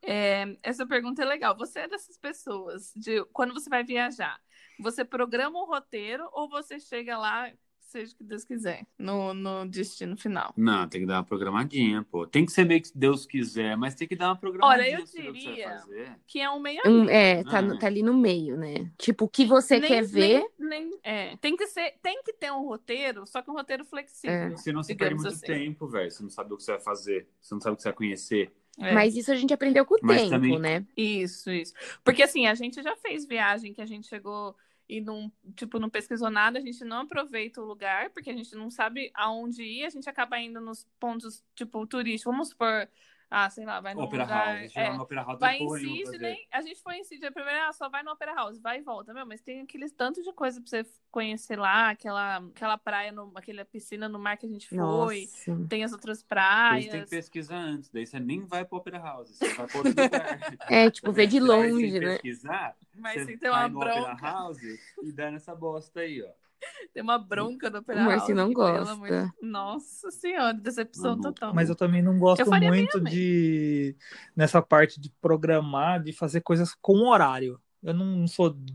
A: É, essa pergunta é legal. Você é dessas pessoas, de quando você vai viajar, você programa o roteiro ou você chega lá, seja o que Deus quiser, no, no destino final?
B: Não, tem que dar uma programadinha, pô. Tem que ser meio que Deus quiser, mas tem que dar uma programadinha.
A: Olha, eu
B: saber o que você vai
A: diria-
B: fazer.
A: Que é um meio
E: Um- é, tá,
B: Ah.
E: no- tá ali no meio, né? Tipo, o que você
A: Nem-
E: quer
A: nem-
E: ver.
A: nem- é. Tem que ser, tem que ter um roteiro, só que um roteiro flexível.
B: Senão você perde
A: Digamos
B: muito
A: assim.
B: tempo, velho. Você não sabe o que você vai fazer. Você não sabe o que você vai conhecer.
A: É.
E: Mas isso a gente aprendeu com o
B: Mas
E: tempo,
B: também-
E: né?
A: Isso, isso. Porque assim, a gente já fez viagem que a gente chegou e não, tipo, não pesquisou nada, a gente não aproveita o lugar, porque a gente não sabe aonde ir, a gente acaba indo nos pontos, tipo, turísticos. Vamos supor, ah, sei lá, vai num
B: Opera
A: lugar.
B: House.
A: é,
B: Geral, Opera House.
A: vai
B: tem
A: em
B: porra nenhuma pra fazer.
A: Sydney, a gente foi em Sydney, a primeira, ah, só vai no Opera House, vai e volta, meu, mas tem aqueles tantos de coisa pra você conhecer lá, aquela, aquela praia, no, aquela piscina no mar que a gente foi,
E: Nossa.
A: tem as outras
B: Por isso tem que
A: praias.
B: pesquisar antes. Daí você nem vai pro Opera House. Você vai pra outro
E: [laughs]
B: lugar.
E: É,
B: [laughs]
E: tipo, ver de
B: Você vai sem
E: longe, né?
B: pesquisar,
A: Mas
B: você
A: tem que ter uma
B: vai no Opera
A: bronca.
B: House e dá nessa bosta aí, ó.
A: Tem uma bronca do Opera
E: O Marci não
A: House, pelo amor de-
E: gosta.
A: Nossa senhora, decepção
B: Manu.
A: total.
C: Mas eu também não gosto
A: Eu faria a
C: muito
A: mesma.
C: de nessa parte de programar, de fazer coisas com horário. Eu não sou de,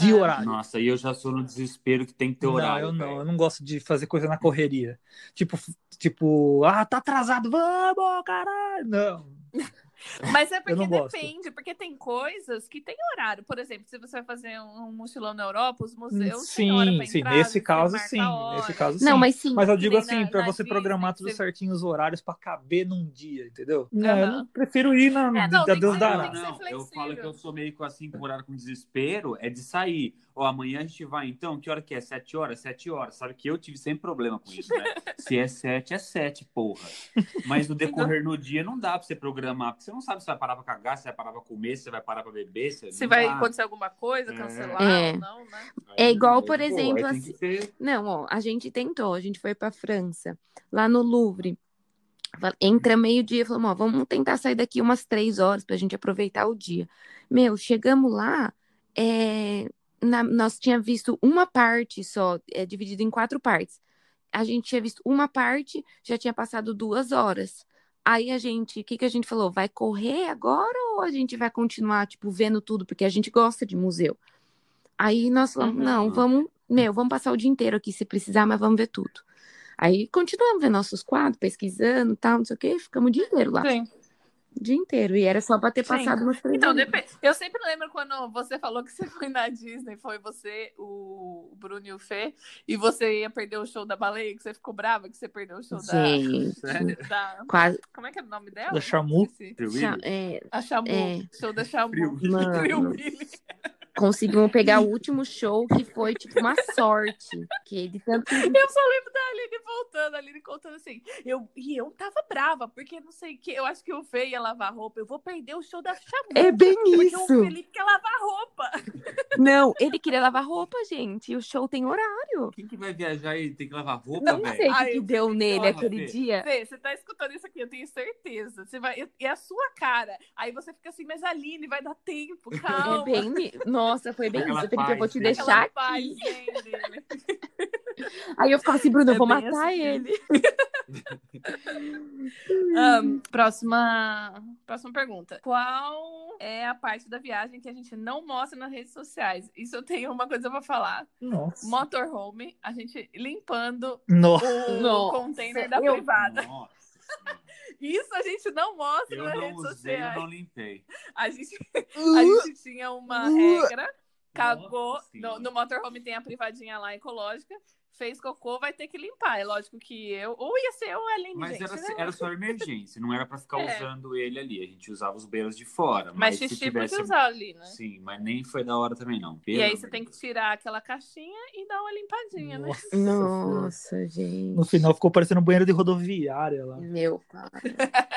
C: de
A: Ah.
C: horário.
B: Nossa, e eu já sou no desespero que tem que ter horário.
C: Não, eu não,
B: velho.
C: eu não gosto de fazer coisa na correria. Tipo, f- tipo, ah, tá atrasado, vamos, caralho. Não.
A: Mas é porque
C: não gosto.
A: depende, porque tem coisas que tem horário. Por exemplo, se você vai fazer um um mochilão na Europa, os museus têm hora pra
C: sim,
A: entrar,
C: nesse
A: você
C: caso
A: marca
C: sim,
A: a hora.
C: nesse caso sim.
E: Não, mas sim.
C: Mas eu
A: Que
C: digo
A: nem
C: assim,
A: na-
C: pra
A: na
C: você
A: Disney,
C: programar
A: que
C: tudo
A: você-
C: certinho os horários pra caber num dia, entendeu? Não, eu
A: Aham.
C: não prefiro ir na
A: É, não,
C: a
A: tem que
C: Deus
A: ser-
C: dará.
A: tem que ser
B: eu
A: flexível.
B: falo que eu sou meio que assim, com horário com desespero, é de sair. Ou amanhã a gente vai, então, que hora que é? Sete horas? Sete horas. Sabe que eu tive sem problema com isso, né? Se é sete, é sete, porra. Mas no decorrer no dia não dá pra você programar, porque você não sabe se vai parar pra cagar, se vai parar pra comer, se vai parar pra beber, se,
A: Se
B: não
A: vai
B: dá.
A: acontecer alguma coisa,
B: É.
A: cancelar
E: É.
A: ou não, né?
E: É igual, por
B: Aí, pô,
E: exemplo,
B: aí tem que ser-
E: Não, ó, a gente tentou, a gente foi pra França, lá no Louvre. Fa- Entra meio-dia, falamos, ó, vamos tentar sair daqui umas três horas pra gente aproveitar o dia. Meu, chegamos lá, é, na- nós tinha visto uma parte só, é dividido em quatro partes. A gente tinha visto uma parte, já tinha passado duas horas. Aí a gente, o que que a gente falou? Vai correr agora ou a gente vai continuar, tipo, vendo tudo? Porque a gente gosta de museu. Aí nós falamos,
A: Uhum.
E: não, vamos, meu, vamos passar o dia inteiro aqui se precisar, mas vamos ver tudo. Aí continuamos vendo nossos quadros, pesquisando, tal, não sei o quê, ficamos o dia inteiro lá,
A: Sim.
E: o dia inteiro. E era só pra ter
A: Sim.
E: passado umas três
A: Então,
E: horas.
A: depende. Eu sempre lembro quando você falou que você foi na Disney, foi você, o Bruno e o Fê, e você ia perder o show da baleia, que você ficou brava que você perdeu o show da,
E: Gente,
B: Sério?
A: [laughs] da-
E: quase.
A: Como é que é o nome dela?
C: Da Chamu.
A: Esqueci.
E: Cha- é,
A: A Chamu.
E: É.
A: Show da Chamu.
B: Free
E: Mano.
A: Free
E: conseguimos pegar o último show que foi tipo uma sorte. Que de tanto
A: [laughs]
E: que
A: Eu só lembro da Aline voltando, a Aline contando assim. Eu, e eu tava brava, porque não sei o que. Eu acho que o Fê ia lavar roupa. Eu vou perder o show da Chamu.
E: É bem
A: porque
E: isso.
A: o Felipe quer lavar roupa.
E: Não, ele queria lavar roupa, gente. E o show tem horário.
B: Quem que vai viajar e tem que lavar roupa,
E: Não sei
B: velho?
E: o que
A: Ai,
E: que
A: eu
E: deu nele
B: pior,
E: aquele
B: Fê.
E: dia.
A: Fê, você tá escutando isso aqui, eu tenho certeza. Você vai, e é a sua cara. Aí você fica assim, mas Aline, vai dar tempo, calma.
E: É bem. ni- Nossa, foi bem
B: Aquela
E: isso. Felipe, eu vou te
B: paz, né?
E: deixar
A: Aquela
E: aqui.
A: paz, né, dele.
E: Aí eu ficava assim, Bruno, eu
A: É
E: vou
A: bem
E: matar
A: assim.
E: ele.
A: Ahn, próxima, próxima pergunta. Qual é a parte da viagem que a gente não mostra nas redes sociais? Isso eu tenho uma coisa pra falar.
C: Nossa.
A: Motorhome, a gente
B: [laughs]
A: limpando
C: Nossa.
A: o
E: Nossa,
A: container da
E: eu-
A: privada.
B: Nossa, senhora.
A: Isso a gente não mostra
B: eu
A: nas
B: não
A: redes
B: usei, eu
A: sociais.
B: não limpei.
A: A gente, a gente tinha uma
E: Uh.
A: regra, cagou.
B: Nossa
A: No,
B: Senhora.
A: no motorhome tem a privadinha lá ecológica. fez cocô, vai ter que limpar. É lógico que eu. Ou ia ser eu ou a Aline.
B: Mas
A: gente,
B: era,
A: né?
B: era só emergência, não era pra ficar
A: É.
B: usando ele ali. A gente usava os beiros de fora.
A: Mas
B: Mas, se
A: xixi
B: tivesse.
A: pode usar ali, né?
B: Sim, mas nem foi da hora também, não.
A: E
B: Pelo
A: aí
B: amor
A: você
B: de
A: tem que
B: Deus.
A: tirar aquela caixinha e dar uma limpadinha, né?
C: Nossa.
F: Nossa, gente.
C: No final ficou parecendo um banheiro de rodoviária lá.
F: Meu pai.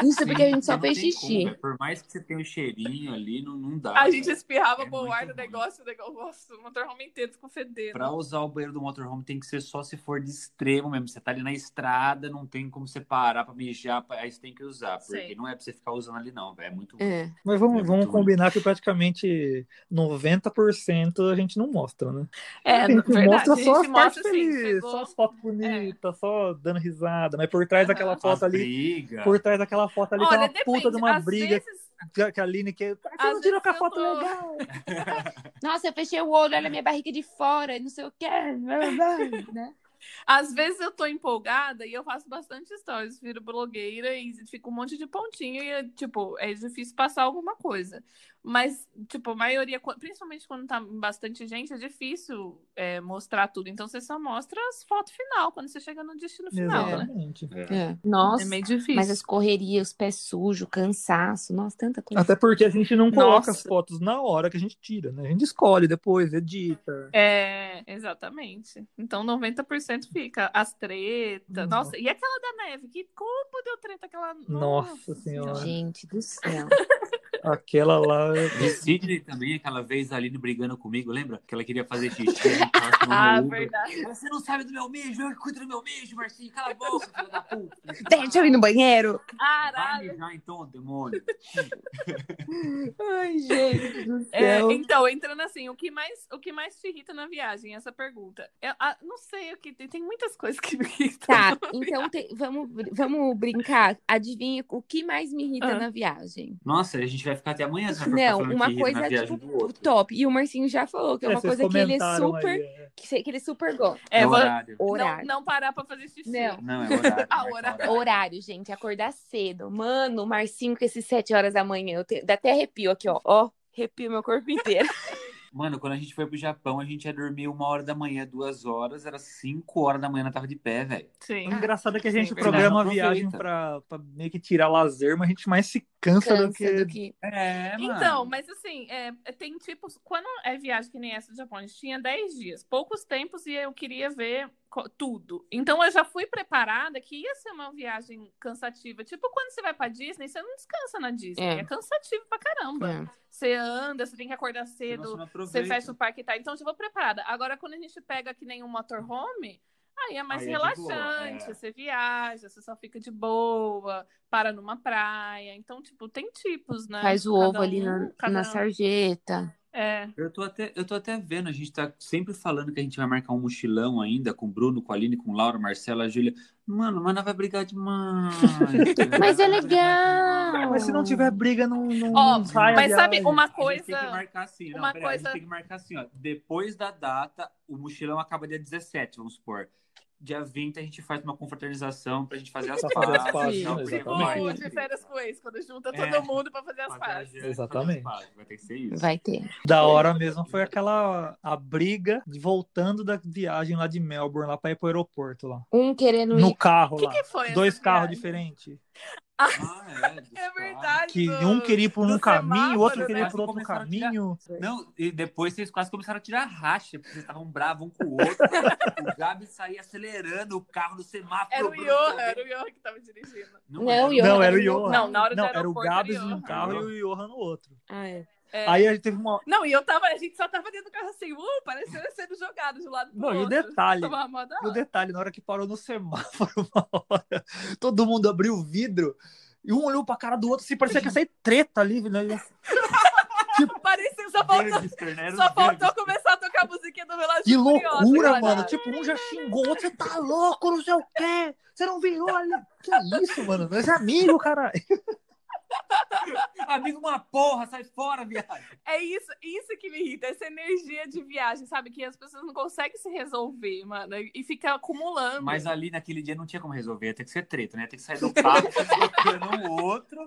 F: Isso É porque a
B: Sim,
F: gente só
B: não
F: fez
B: tem
F: xixi.
B: como, velho. por mais que você tenha um cheirinho ali, não, não dá.
A: A
B: velho.
A: gente espirrava
B: É
A: bom ar no
B: muito ruim.
A: negócio, o negócio, o motorhome inteiro ficou fedendo.
B: Pra um usar o banheiro do motorhome tem que ser só se for de extremo mesmo. Você tá ali na estrada, não tem como você parar pra mijar, pra- aí você tem que usar. Porque
A: Sim.
B: não é pra você ficar usando ali, não, velho. É muito.
F: É.
C: Mas
B: É
C: vamos, vamos
B: muito ruim.
C: combinar que praticamente 90% a gente não mostra, né?
A: É,
C: a gente
A: verdade.
C: mostra
A: A
C: só
A: gente
C: as partes
A: mostra assim,
C: felizes,
A: pegou.
C: só as fotos bonitas, só dando risada. Mas por trás daquela
A: É. Aham.
C: foto
B: As
C: ali,
B: briga.
C: por trás daquela foto ali,
A: Olha,
C: tá uma puta de uma
A: às
C: briga
A: vezes-
C: que- que a Aline quer. Por que
A: às
C: você não tirou
A: vezes
C: com a
A: eu
C: foto
A: tô-
C: legal?
F: Nossa, eu fechei o olho, olha a minha barriga de fora, não sei o quê. blá, blá, blá, né?
A: Às vezes eu tô empolgada e eu faço bastante stories, viro blogueira e fica um monte de pontinho e, tipo, é difícil passar alguma coisa. Mas, tipo, a maioria, quan- principalmente quando tá bastante gente, é difícil é, mostrar tudo. Então você só mostra as fotos final, quando você chega no destino final, né?
C: Exatamente.
A: É
F: Nossa.
A: meio difícil.
F: Mas as correrias, os pés sujos, cansaço, nossa, tanta coisa.
C: Até porque a gente não coloca
A: Nossa.
C: as fotos na hora que a gente tira, né? A gente escolhe depois, edita.
A: É, exatamente. Então 90% fica as tretas.
C: Uhum.
A: Nossa, e aquela da neve? Que como deu treta aquela.
C: Nossa Senhora.
F: Gente do céu.
C: Aquela lá.
B: E Sidney também, aquela vez a Aline brigando comigo, lembra? Que ela queria fazer xixi. ela tava tomando
A: Ah,
B: Uber.
A: verdade.
B: Ela, Você não sabe do meu mijo, eu que cuido do meu mijo, Marcinho. Cala a boca, filho da puta.
F: [laughs] Deixa eu ir no banheiro.
B: Vai
A: Caralho.
B: mijar então, demônio.
F: Ai, gente do
A: É,
F: céu.
A: então, entrando assim, o que mais, o que mais te irrita na viagem? Essa pergunta. Eu, ah, não sei o que tem, tem muitas coisas que me irritam.
F: Tá, então tem- vamos, br- vamos brincar. Adivinha o que mais me irrita
A: Ah.
F: na viagem?
B: Nossa, a gente vai ficar até amanhã. se for
F: Não,
B: Ah, tá falando
F: uma
B: que ri
F: coisa,
A: é
B: na viagem
F: tipo,
B: do outro.
F: Top. E o Marcinho já falou que é uma
C: vocês
F: coisa que ele é
C: comentaram
F: super.
C: aí, é.
F: Que, se- que ele super gosta.
A: É,
B: É
A: vou-
B: horário.
A: não,
F: Horário.
A: não parar pra fazer xixi.
F: Não.
B: Não, é horário.
A: [laughs] Ah,
B: Marca
A: horário.
F: Horário, gente, acordar cedo. Mano, o Marcinho com esses sete horas da manhã. Eu te- dá até arrepio aqui, ó. Ó, arrepio meu corpo
C: [laughs]
F: inteiro.
C: Tá
B: Mano, quando a gente foi pro Japão, a gente ia dormir uma hora da manhã, duas horas, era cinco horas da manhã, nós tava de pé, velho.
C: O
A: Sim.
F: Um
C: engraçado é que a gente
A: Sim,
B: verdade.
C: programa a
B: Não
C: viagem
B: aproveita.
C: pra, pra meio que tirar lazer, mas a gente mais se cansa, do
F: Cansa
C: que.
F: do que...
B: É,
A: Então, mas assim, é, tem tipos. Quando é viagem que nem essa do Japão, a gente tinha 10 dias, poucos tempos e eu queria ver co- tudo. Então eu já fui preparada que ia ser uma viagem cansativa. Tipo, quando você vai pra Disney, você não descansa na Disney.
F: É.
A: É, cansativo pra caramba. Você anda, você tem que acordar cedo. Você fecha o parque e tá. Então, eu já vou preparada. Agora, quando a gente pega que nem um motorhome, aí é mais
B: Aí é de
A: relaxante.
B: boa, é.
A: Você viaja, você só fica de boa, para numa praia. Então, tipo, tem tipos, né?
F: Faz o
A: Cada
F: ovo ali
A: um,
F: na,
A: cada
F: na
A: um.
F: sarjeta.
A: É.
B: Eu tô, até, eu tô até vendo, a gente tá sempre falando que a gente vai marcar um mochilão ainda com o Bruno, com a Aline, com Laura, Marcela, Júlia. Mano, mas nós vai brigar
C: [laughs]
B: demais.
F: Mas é
B: Nós vai brigar demais.
F: legal.
C: Ah, Mas se não tiver briga, não, não,
A: Ó,
C: não sai a
A: Mas sabe
C: viagem.
A: uma
B: A gente tem que
A: coisa.
B: marcar assim, não,
A: uma
B: peraí, a gente
A: coisa-
B: tem que marcar assim, ó. Depois da data, o mochilão acaba dia 17, vamos supor. Dia 20 a gente faz uma confraternização pra gente fazer as
C: Pra fazer as
B: pazes.
C: pazes,
B: tal,
C: né,
B: porque
A: Tipo,
C: exatamente.
B: vai,
A: de férias com ex, quando junta todo
B: É.
A: mundo pra fazer as
B: fazer a
A: pazes.
B: janta, fazer as
C: Exatamente.
B: pazes, Vai ter que ser isso.
F: Vai ter.
C: Da hora mesmo foi aquela a briga de- voltando da viagem lá de Melbourne, lá pra ir pro aeroporto lá.
F: Um querendo
C: No
F: ir.
C: carro
A: O que,
C: lá.
A: que foi?
C: Dois
A: essa
C: carros
A: viagem?
C: diferentes.
B: Ah, é, dos
A: É
B: carros.
A: verdade.
C: Que
A: do-
C: um queria ir por
A: do
C: um caminho, o
A: semáforo,
C: outro queria
A: né?
C: ir por outro
B: Começaram a tirar-
C: caminho.
B: Não, e depois vocês quase começaram a tirar racha, porque vocês estavam bravos um com o outro. o Gabi saía acelerando o carro no semáforo.
A: Era o
B: Bruno
A: Johan,
B: também.
A: era o Johan que tava dirigindo.
F: Não,
B: era.
F: o
B: um
F: Johan.
C: Não, era o
F: Johan.
C: Johan.
A: Não, na hora do
C: Não, era o
A: aeroporto,
C: Gabs
A: era o
C: num
A: Johan.
C: carro e o Johan no outro.
F: Ah, é.
A: É.
C: Aí a gente teve uma.
A: Não, e eu tava, a gente só tava dentro do carro assim, uh, parecendo sendo jogado de um lado pro
C: Não, e o
A: outro.
C: detalhe.
A: Tava uma mó da
C: E o
A: hora.
C: detalhe, na hora que parou no semáforo, [laughs] uma hora, todo mundo abriu o vidro e um olhou pra cara do outro, assim, parecia que ia sair treta ali. Né?
A: Parecia, só faltou,
B: Gangster, né? Era
A: só
B: os
A: faltou começar a tocar a musiquinha do relógio
C: Que
A: Furioso,
C: loucura,
A: né, cara.
C: mano. Tipo, um já xingou, o outro, você tá louco, não sei o quê. Você não virou ali. Que isso, mano? Nós é amigo, caralho.
B: Amigo, uma porra, sai fora, viado.
A: É isso, isso que me irrita, essa energia de viagem, sabe? Que as pessoas não conseguem se resolver, mano, e fica acumulando.
B: Mas ali naquele dia não tinha como resolver, ia ter que ser treta, né? Ia ter que sair do carro, [laughs] trocando um outro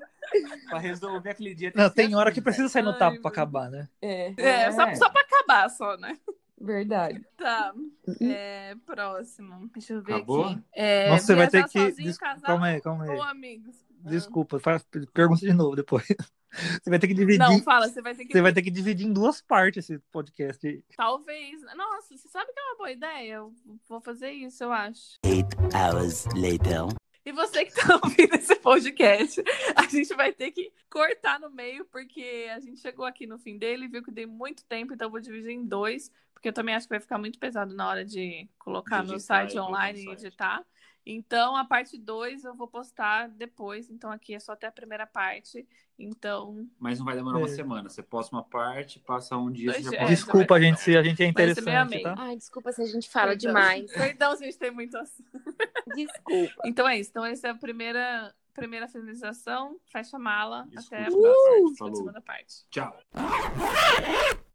B: pra resolver aquele dia.
C: Não,
B: ser
C: tem hora
B: assim,
C: que precisa sair no
A: é né? Ai,
C: tapa pra
A: mano.
C: acabar, né?
F: É.
A: É, Só,
B: É.
A: só pra acabar, só, né?
B: velho.
E: Verdade.
A: Tá. É, próximo. Deixa eu ver
B: Acabou?
A: aqui. É,
C: Uhum. Nossa, você vai ter
A: viajar
C: que.
A: sozinho,
C: des-
A: casal
C: Calma aí, calma aí.
A: Ou amigos?
C: Desculpa, faz- pergunta de novo depois. [laughs] Você vai ter que dividir.
A: Não, fala, você vai ter que.
C: Você vai ter que dividir em duas partes esse podcast. aí.
A: Talvez. né? Nossa, você sabe que é uma boa ideia? Eu vou fazer isso, eu acho.
D: Hours later.
A: E você que tá [laughs] ouvindo esse podcast, a gente vai ter que cortar no meio, porque a gente chegou aqui no fim dele, viu que dei muito tempo, então eu vou dividir em dois, porque eu também acho que vai ficar muito pesado na hora de colocar no
B: Digitar e
A: site
B: colocar no
A: online e
B: site.
A: editar. Então, a parte 2 eu vou postar depois, então aqui é só até a primeira parte. Então,
B: Mas não vai demorar uma
C: É.
B: semana. Você posta uma parte, passa um dia, você
A: Dois
B: já
A: dias. É,
B: posta.
C: Desculpa,
A: vai-
C: gente, se a gente é
A: vai ser meio
C: interessante,
A: amém.
C: tá?
F: Ai, desculpa se a gente fala
A: perdão.
F: demais.
A: [laughs] Perdão se a gente tem muito assunto.
F: Desculpa.
A: Então é isso. Então, essa é a primeira, primeira finalização. Fecha a mala.
B: Desculpa,
A: até a
B: uh!
A: próxima parte, a
B: Falou.
A: segunda parte.
B: Tchau.